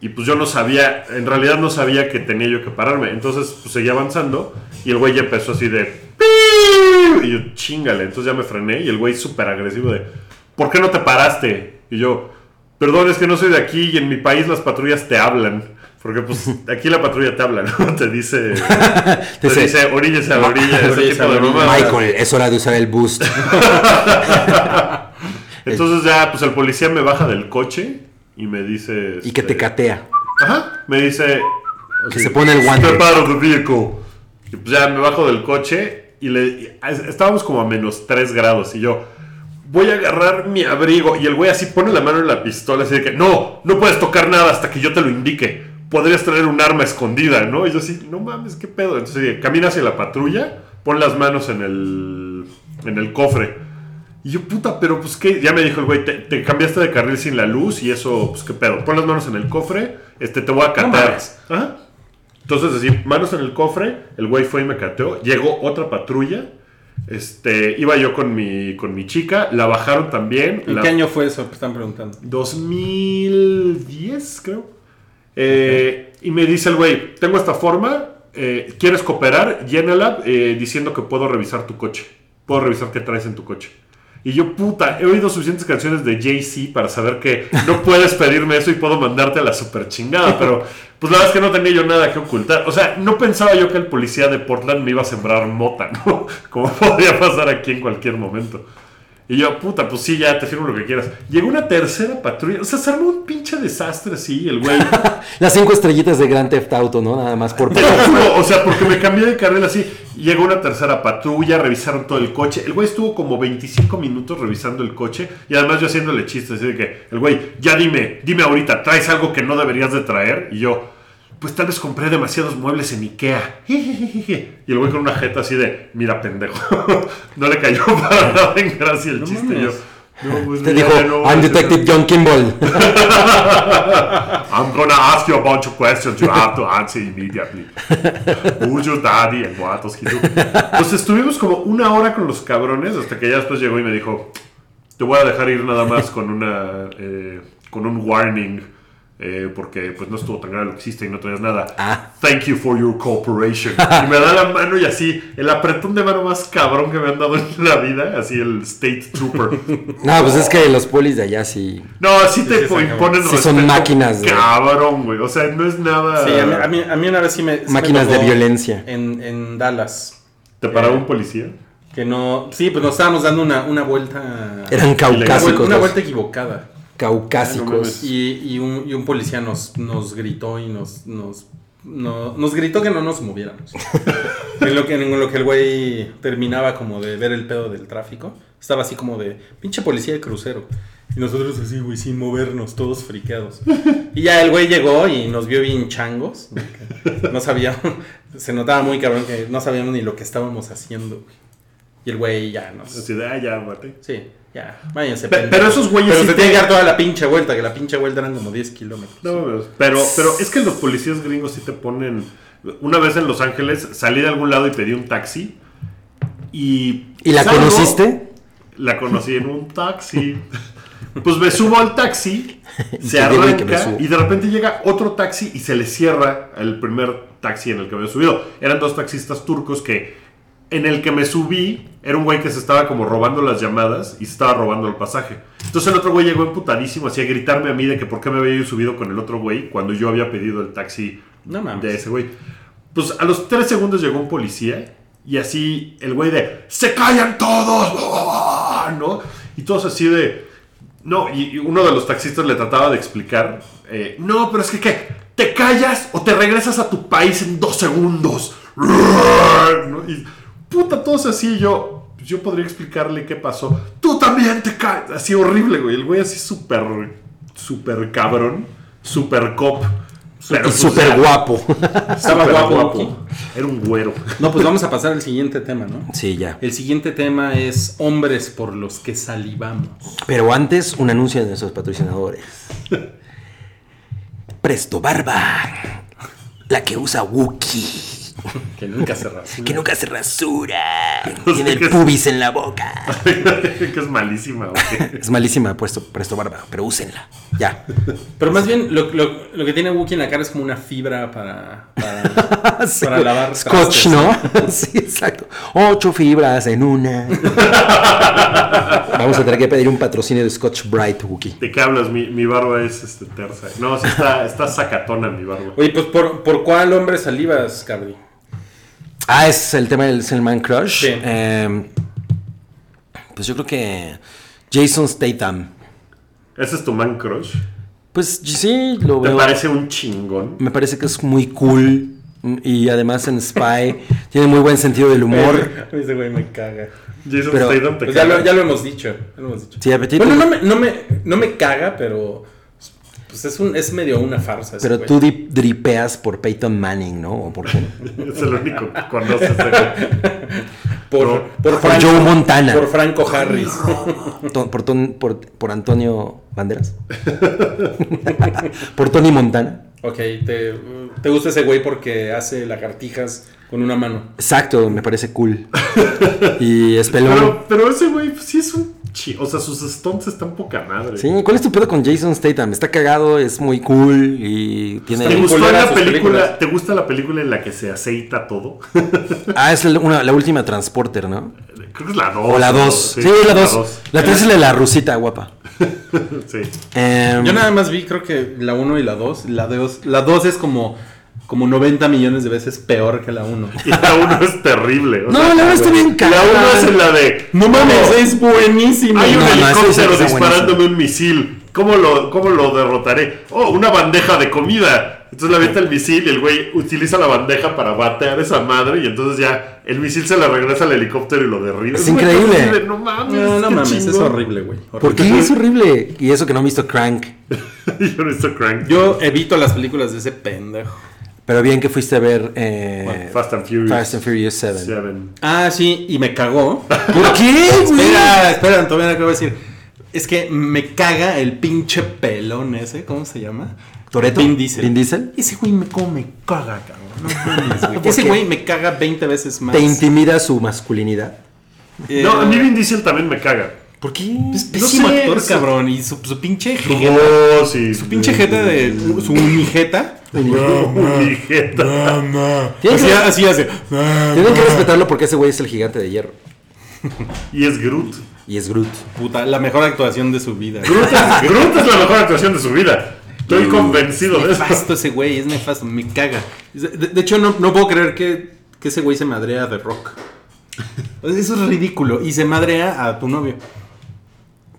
Speaker 2: Y pues yo no sabía, en realidad no sabía que tenía yo que pararme. Entonces pues seguí avanzando y el güey ya empezó así de... "Piu". Y yo, chingale, entonces ya me frené y el güey súper agresivo de... ¿Por qué no te paraste? Y yo, perdón, es que no soy de aquí y en mi país las patrullas te hablan. Porque pues aquí la patrulla te habla, ¿no? Te dice... Te
Speaker 3: Dice,
Speaker 2: dice, oríllese a la orilla, ese
Speaker 4: Oríllese a
Speaker 2: tipo
Speaker 4: la
Speaker 2: de
Speaker 4: orilla.
Speaker 2: bromas.
Speaker 3: Michael, eh. es hora de usar el boost.
Speaker 2: Entonces ya, pues el policía me baja del coche y me dice...
Speaker 3: Y que
Speaker 2: este,
Speaker 3: te catea.
Speaker 2: Ajá, me dice...
Speaker 3: Que se pone el guante.
Speaker 2: Step out of the vehicle. Y pues ya me bajo del coche y le... y a- estábamos como a menos 3 grados y yo... Voy a agarrar mi abrigo. Y el güey así pone la mano en la pistola así de que... No, no puedes tocar nada hasta que yo te lo indique. Podrías tener un arma escondida, ¿no? Y yo así, no mames, qué pedo. Entonces dije, camina hacia la patrulla, pon las manos en el... En el cofre. Y yo, puta, pero pues qué. Ya me dijo el güey, te, te cambiaste de carril sin la luz y eso, pues qué pedo. Pon las manos en el cofre, este, te voy a catar.
Speaker 4: mames.
Speaker 2: Ajá. Entonces, así, manos en el cofre, el güey fue y me cateó. Llegó otra patrulla. Este, iba yo con mi, con mi chica, la bajaron también.
Speaker 4: ¿En
Speaker 2: la-
Speaker 4: qué año fue eso? Pues, Están preguntando.
Speaker 2: 2010, creo. Eh, Y me dice el güey, tengo esta forma, eh, ¿quieres cooperar? Llénala eh, diciendo que puedo revisar tu coche. Puedo revisar qué traes en tu coche. Y yo, puta, he oído suficientes canciones de Jay-Z para saber que no puedes pedirme eso y puedo mandarte a la super chingada. Pero, pues la verdad es que no tenía yo nada que ocultar. O sea, no pensaba yo que el policía de Portland me iba a sembrar mota, ¿no? Como podía pasar aquí en cualquier momento. Y yo, puta, pues sí, ya te firmo lo que quieras. Llegó una tercera patrulla. O sea, se armó un pinche desastre, sí, el güey.
Speaker 3: Las cinco estrellitas de Grand Theft Auto, ¿no? Nada más por...
Speaker 2: Te lo juro, o sea, porque me cambié de carril así. Llegó una tercera patrulla, revisaron todo el coche. El güey estuvo como 25 minutos revisando el coche y además yo haciéndole chistes, así de que, el güey, ya dime, dime ahorita, ¿traes algo que no deberías de traer? Y yo, pues tal vez compré demasiados muebles en Ikea. Y el güey con una jeta así de, mira, pendejo. No le cayó para nada en gracia el
Speaker 4: No
Speaker 2: chiste. Y yo,
Speaker 4: mames.
Speaker 2: no, pues
Speaker 3: Te
Speaker 2: mira,
Speaker 3: dijo,
Speaker 2: no,
Speaker 3: I'm
Speaker 2: ese-
Speaker 3: Detective John Kimball.
Speaker 2: I'm gonna ask you a bunch of questions. You have to answer immediately. Who's your daddy and what does he do? Pues estuvimos como una hora con los cabrones hasta que ya después llegó y me dijo, te voy a dejar ir nada más con una, eh, con un warning. eh, porque pues no estuvo tan grave lo que hiciste y no traías nada.
Speaker 3: Ah.
Speaker 2: Thank you for your cooperation. Y me da la mano y así, el apretón de mano más cabrón que me han dado en la vida, así el State Trooper.
Speaker 3: No, pues es que los polis de allá sí.
Speaker 2: No, así te
Speaker 4: sí, se acabó.
Speaker 2: imponen
Speaker 3: Sí, son
Speaker 2: respeto,
Speaker 3: máquinas, güey.
Speaker 2: Cabrón, güey. O sea, no es nada.
Speaker 4: Sí, a mí, a mí- a mí una vez sí me. sí me
Speaker 3: Máquinas de
Speaker 4: tocó
Speaker 3: violencia.
Speaker 4: En, en Dallas.
Speaker 2: ¿Te paraba un policía?
Speaker 4: Que no. Sí, pues nos estábamos dando una, una vuelta.
Speaker 3: Eran
Speaker 4: una, vuel-
Speaker 3: caucásicos.
Speaker 4: una
Speaker 3: los
Speaker 4: vuelta equivocada.
Speaker 2: Ah, No
Speaker 3: Caucásicos.
Speaker 2: mames.
Speaker 4: Y, y un, y un policía nos, nos gritó y nos, nos, no- nos gritó que no nos moviéramos. en, lo que, en lo que el güey terminaba como de ver el pedo del tráfico. Estaba así como de pinche policía de crucero. Y nosotros así, güey, sin movernos, todos friqueados. Y ya el güey llegó y nos vio bien changos. No sabíamos, se notaba muy cabrón que no sabíamos ni lo que estábamos haciendo. güey. Y el güey ya nos...
Speaker 2: Así de, ah, ya, mate.
Speaker 4: Sí, ya, váyanse.
Speaker 2: Pe-
Speaker 4: pendejos.
Speaker 2: pero esos güeyes
Speaker 4: Pero
Speaker 2: sí
Speaker 4: se
Speaker 2: te-
Speaker 4: tiene que dar toda la pinche vuelta, que la pinche vuelta eran como 10 kilómetros.
Speaker 2: No, mames. pero, pero es que los policías gringos sí te ponen. Una vez en Los Ángeles salí de algún lado y pedí un taxi. ¿Y,
Speaker 3: ¿Y la
Speaker 2: ¿sabes, no?
Speaker 3: conociste?
Speaker 2: La conocí en un taxi. Pues me subo al taxi, se
Speaker 3: Te digo que me
Speaker 2: arranca
Speaker 3: subo.
Speaker 2: y de repente llega otro taxi y se le cierra el primer taxi en el que me había subido. Eran dos taxistas turcos que en el que me subí era un güey que se estaba como robando las llamadas y se estaba robando el pasaje. Entonces el otro güey llegó emputadísimo así a gritarme a mí de que por qué me había yo subido con el otro güey cuando yo había pedido el taxi
Speaker 4: No mames.
Speaker 2: de ese güey. Pues a los tres segundos llegó un policía y así el güey de ¡Se callan todos! ¿No? Y todos así de. No, y y uno de los taxistas le trataba de explicar. eh, no, pero es que ¿qué? ¿Te callas o te regresas a tu país en dos segundos? ¿No? Y puta, todos así yo. Yo podría explicarle qué pasó. Tú también te callas. Así horrible, güey. El güey así súper. Súper cabrón. Súper cop. pero,
Speaker 3: Y
Speaker 2: pues,
Speaker 3: súper
Speaker 2: ya.
Speaker 3: guapo.
Speaker 4: Estaba
Speaker 2: Súper
Speaker 4: guapo. Buki.
Speaker 2: Era un güero.
Speaker 4: No, pues vamos a pasar al siguiente tema, ¿no?
Speaker 3: Sí, ya.
Speaker 4: El siguiente tema es hombres por los que salivamos.
Speaker 3: Pero antes, un anuncio de nuestros patrocinadores. Presto Barba. La que usa Wookiee.
Speaker 4: Que nunca se rasura.
Speaker 3: Que nunca se rasura.
Speaker 2: No sé
Speaker 3: Tiene el
Speaker 2: qué es.
Speaker 3: pubis en la boca.
Speaker 2: que es malísima, güey.
Speaker 3: Es malísima puesto Presto Barba, pero úsenla. Ya.
Speaker 4: Pero más bien, lo, lo- lo que tiene Wookie en la cara es como una fibra para, para,
Speaker 3: Sí,
Speaker 4: para lavar.
Speaker 3: Scotch,
Speaker 4: trastes.
Speaker 3: ¿no? sí, exacto. Ocho fibras en una. Vamos a tener que pedir un patrocinio de Scotch Bright Wookie.
Speaker 2: ¿De qué hablas? Mi, mi barba es este, tersa. No, sí está, está sacatona mi barba.
Speaker 4: Oye, pues ¿por, por cuál hombre salivas, Cardi?
Speaker 3: Ah, ese es el tema del Selman Crush.
Speaker 4: Sí.
Speaker 3: Eh, pues yo creo que Jason Statham.
Speaker 2: ¿Ese es tu man crush?
Speaker 3: Pues sí, lo
Speaker 2: ¿Te
Speaker 3: veo.
Speaker 2: parece un chingón?
Speaker 3: Me parece que es muy cool. Y además en Spy tiene muy buen sentido del humor.
Speaker 4: Ese güey me caga.
Speaker 2: Jason
Speaker 3: Pero-
Speaker 2: Statham te
Speaker 4: Pues ya,
Speaker 2: caga.
Speaker 4: lo, ya lo hemos dicho. ya lo hemos dicho.
Speaker 3: Sí, apetito.
Speaker 4: Bueno, no me, no, me, no me caga, pero pues es, un, es medio una farsa. ese
Speaker 3: pero
Speaker 4: güey.
Speaker 3: tú di- dripeas por Peyton Manning, ¿no? O por,
Speaker 2: Es el único que conoces. güey.
Speaker 4: por,
Speaker 2: no.
Speaker 4: por
Speaker 3: por Joe Montana.
Speaker 4: Por Franco Harris.
Speaker 3: Ton- por, ton- por- por Antonio Banderas. por Tony Montana.
Speaker 4: Ok, te, te gusta ese güey porque hace lagartijas con una mano.
Speaker 3: Exacto, me parece cool. y es pelón.
Speaker 2: Pero, pero ese güey pues, sí es un chi- O sea, sus stunts están poca madre.
Speaker 3: Sí, ¿cuál es tu pedo con Jason Statham? Está cagado, es muy cool y
Speaker 2: ¿Te
Speaker 4: Está
Speaker 3: tiene...
Speaker 4: cool.
Speaker 2: gustó
Speaker 4: culera
Speaker 2: la
Speaker 4: sus
Speaker 2: película?
Speaker 4: películas.
Speaker 2: ¿Te gusta la película en la que se aceita todo?
Speaker 3: Ah, es la, una- la última Transporter, ¿no?
Speaker 2: Creo que es la 2.
Speaker 3: O la 2. Sí, es la 2. La 3 es la de la rusita guapa.
Speaker 2: Sí.
Speaker 3: Em,
Speaker 4: Yo nada más vi, creo que la 1 y la 2. La 2 la dos es como, como 90 millones de veces peor que la 1.
Speaker 2: Y la 1 es terrible. o
Speaker 3: No,
Speaker 2: sea,
Speaker 3: la verdad está bien
Speaker 2: La 1
Speaker 3: cagada.
Speaker 2: es en la de.
Speaker 4: No mames, es buenísimo.
Speaker 2: Hay un
Speaker 3: No, no, esa- esa
Speaker 2: helicóptero
Speaker 3: está
Speaker 2: disparándome un misil. ¿Cómo lo, ¿Cómo lo derrotaré? Oh, una bandeja de comida. Entonces le avienta el misil y el güey utiliza la bandeja para batear esa madre y entonces ya el misil se le regresa al helicóptero y lo derriba.
Speaker 3: Es
Speaker 2: Una cosa
Speaker 3: increíble.
Speaker 2: así de, No mames.
Speaker 4: No, no
Speaker 2: qué
Speaker 4: mames, es
Speaker 2: chingón".
Speaker 4: horrible, güey.
Speaker 3: ¿Por
Speaker 4: Horrible.
Speaker 3: qué es horrible? Y eso que no he visto Crank.
Speaker 2: Yo no estoy crank.
Speaker 4: Yo evito las películas de ese pendejo.
Speaker 3: Pero bien que fuiste a ver eh,
Speaker 2: Fast and Furious.
Speaker 3: Fast and Furious 7.
Speaker 2: Seven.
Speaker 4: Ah, sí, y me cagó.
Speaker 3: ¿Por qué, güey?
Speaker 4: Espera, espera, todavía no acabo de decir. Es que me caga el pinche pelón ese, ¿cómo se llama?
Speaker 3: ¿Toretto?
Speaker 4: Vin Diesel.
Speaker 3: Vin Diesel.
Speaker 4: Ese güey me como me caga, cabrón. No mames, güey.
Speaker 3: ¿Por
Speaker 4: Ese
Speaker 3: qué?
Speaker 4: güey me caga 20 veces más.
Speaker 3: ¿Te intimida su masculinidad?
Speaker 4: Eh,
Speaker 2: No, a mí Vin Diesel también me caga.
Speaker 3: ¿Por qué?
Speaker 4: Es pésimo
Speaker 2: sé,
Speaker 4: actor,
Speaker 2: es-
Speaker 4: cabrón. Y su, su pinche jeta.
Speaker 2: Oh, sí.
Speaker 4: Su pinche jeta de. Su unijeta.
Speaker 2: Uy, jeta.
Speaker 3: Tienen
Speaker 4: Así,
Speaker 3: que,
Speaker 4: así hace.
Speaker 3: tienen que respetarlo porque ese güey es el gigante de hierro.
Speaker 2: Y es Groot.
Speaker 3: Y es Groot.
Speaker 4: Puta, la mejor actuación de su vida.
Speaker 2: Groot es, Groot es la mejor actuación de su vida. Estoy convencido de eso.
Speaker 4: nefasto ese güey, es nefasto, me caga. De, de hecho, no, no puedo creer que, que ese güey se madrea de rock. O sea, Eso es ridículo. Y se madrea a tu novio.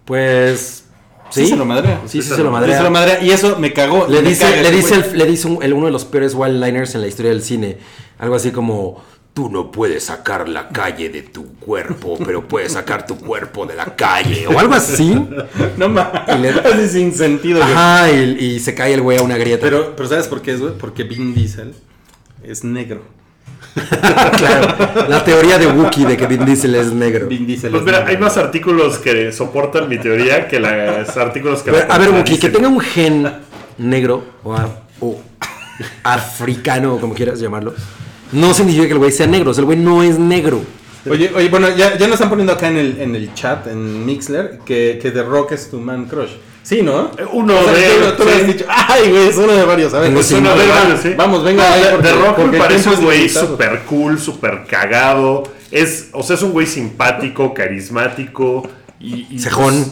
Speaker 3: Pues.
Speaker 4: Sí, se lo madrea.
Speaker 3: Sí, sí,
Speaker 2: Sí,
Speaker 3: se lo madrea.
Speaker 4: Se lo madrea y eso me cagó.
Speaker 3: Le
Speaker 4: me caga
Speaker 3: dice, le
Speaker 4: ese
Speaker 3: dice,
Speaker 4: güey.
Speaker 3: el- le dice un- el- uno de los peores one-liners en la historia del cine. Algo así como: Tú no puedes sacar la calle de tu cuerpo, pero puedes sacar tu cuerpo de la calle. O algo así.
Speaker 4: No mames.
Speaker 3: Y le-
Speaker 4: así sin sentido, güey.
Speaker 3: Ajá, y, y se cae el güey a una grieta.
Speaker 4: Pero, pero ¿sabes por qué es, güey? Porque Vin Diesel es negro.
Speaker 3: claro, la teoría de Wookiee de que Vin Diesel es negro.
Speaker 4: Vin Diesel
Speaker 2: Pues
Speaker 4: es
Speaker 2: mira,
Speaker 4: negro.
Speaker 2: hay más artículos que soportan mi teoría que los artículos que...
Speaker 3: A ver,
Speaker 2: la
Speaker 3: a ver, Wookiee, que
Speaker 2: contradicen.
Speaker 3: tenga un gen negro o, a- o africano, o como quieras llamarlo, no significa que el güey sea negro. O sea, el güey no es negro.
Speaker 4: Oye, oye, bueno, ya, ya nos están poniendo acá en el, en el chat, en Mixler, que, que The Rock es tu man crush. Sí, ¿no?
Speaker 2: Eh, uno
Speaker 4: O sea,
Speaker 2: de-
Speaker 4: tú- Tú me has
Speaker 2: sí.
Speaker 4: dicho, ay, güey, es uno de varios. A ver,
Speaker 3: Tengo
Speaker 4: es
Speaker 3: cinco.
Speaker 4: uno de
Speaker 2: A ver,
Speaker 4: varios.
Speaker 2: vale, Pues sí.
Speaker 4: Vamos, venga,
Speaker 2: No,
Speaker 4: ahí,
Speaker 2: de-
Speaker 4: porque-
Speaker 2: de Rock
Speaker 4: porque
Speaker 2: me
Speaker 4: el
Speaker 2: parece
Speaker 4: tiempo es
Speaker 2: un güey
Speaker 4: limitado.
Speaker 2: súper cool, súper cagado. Es, o sea, es un güey simpático, carismático. Y, y-
Speaker 3: Cejón.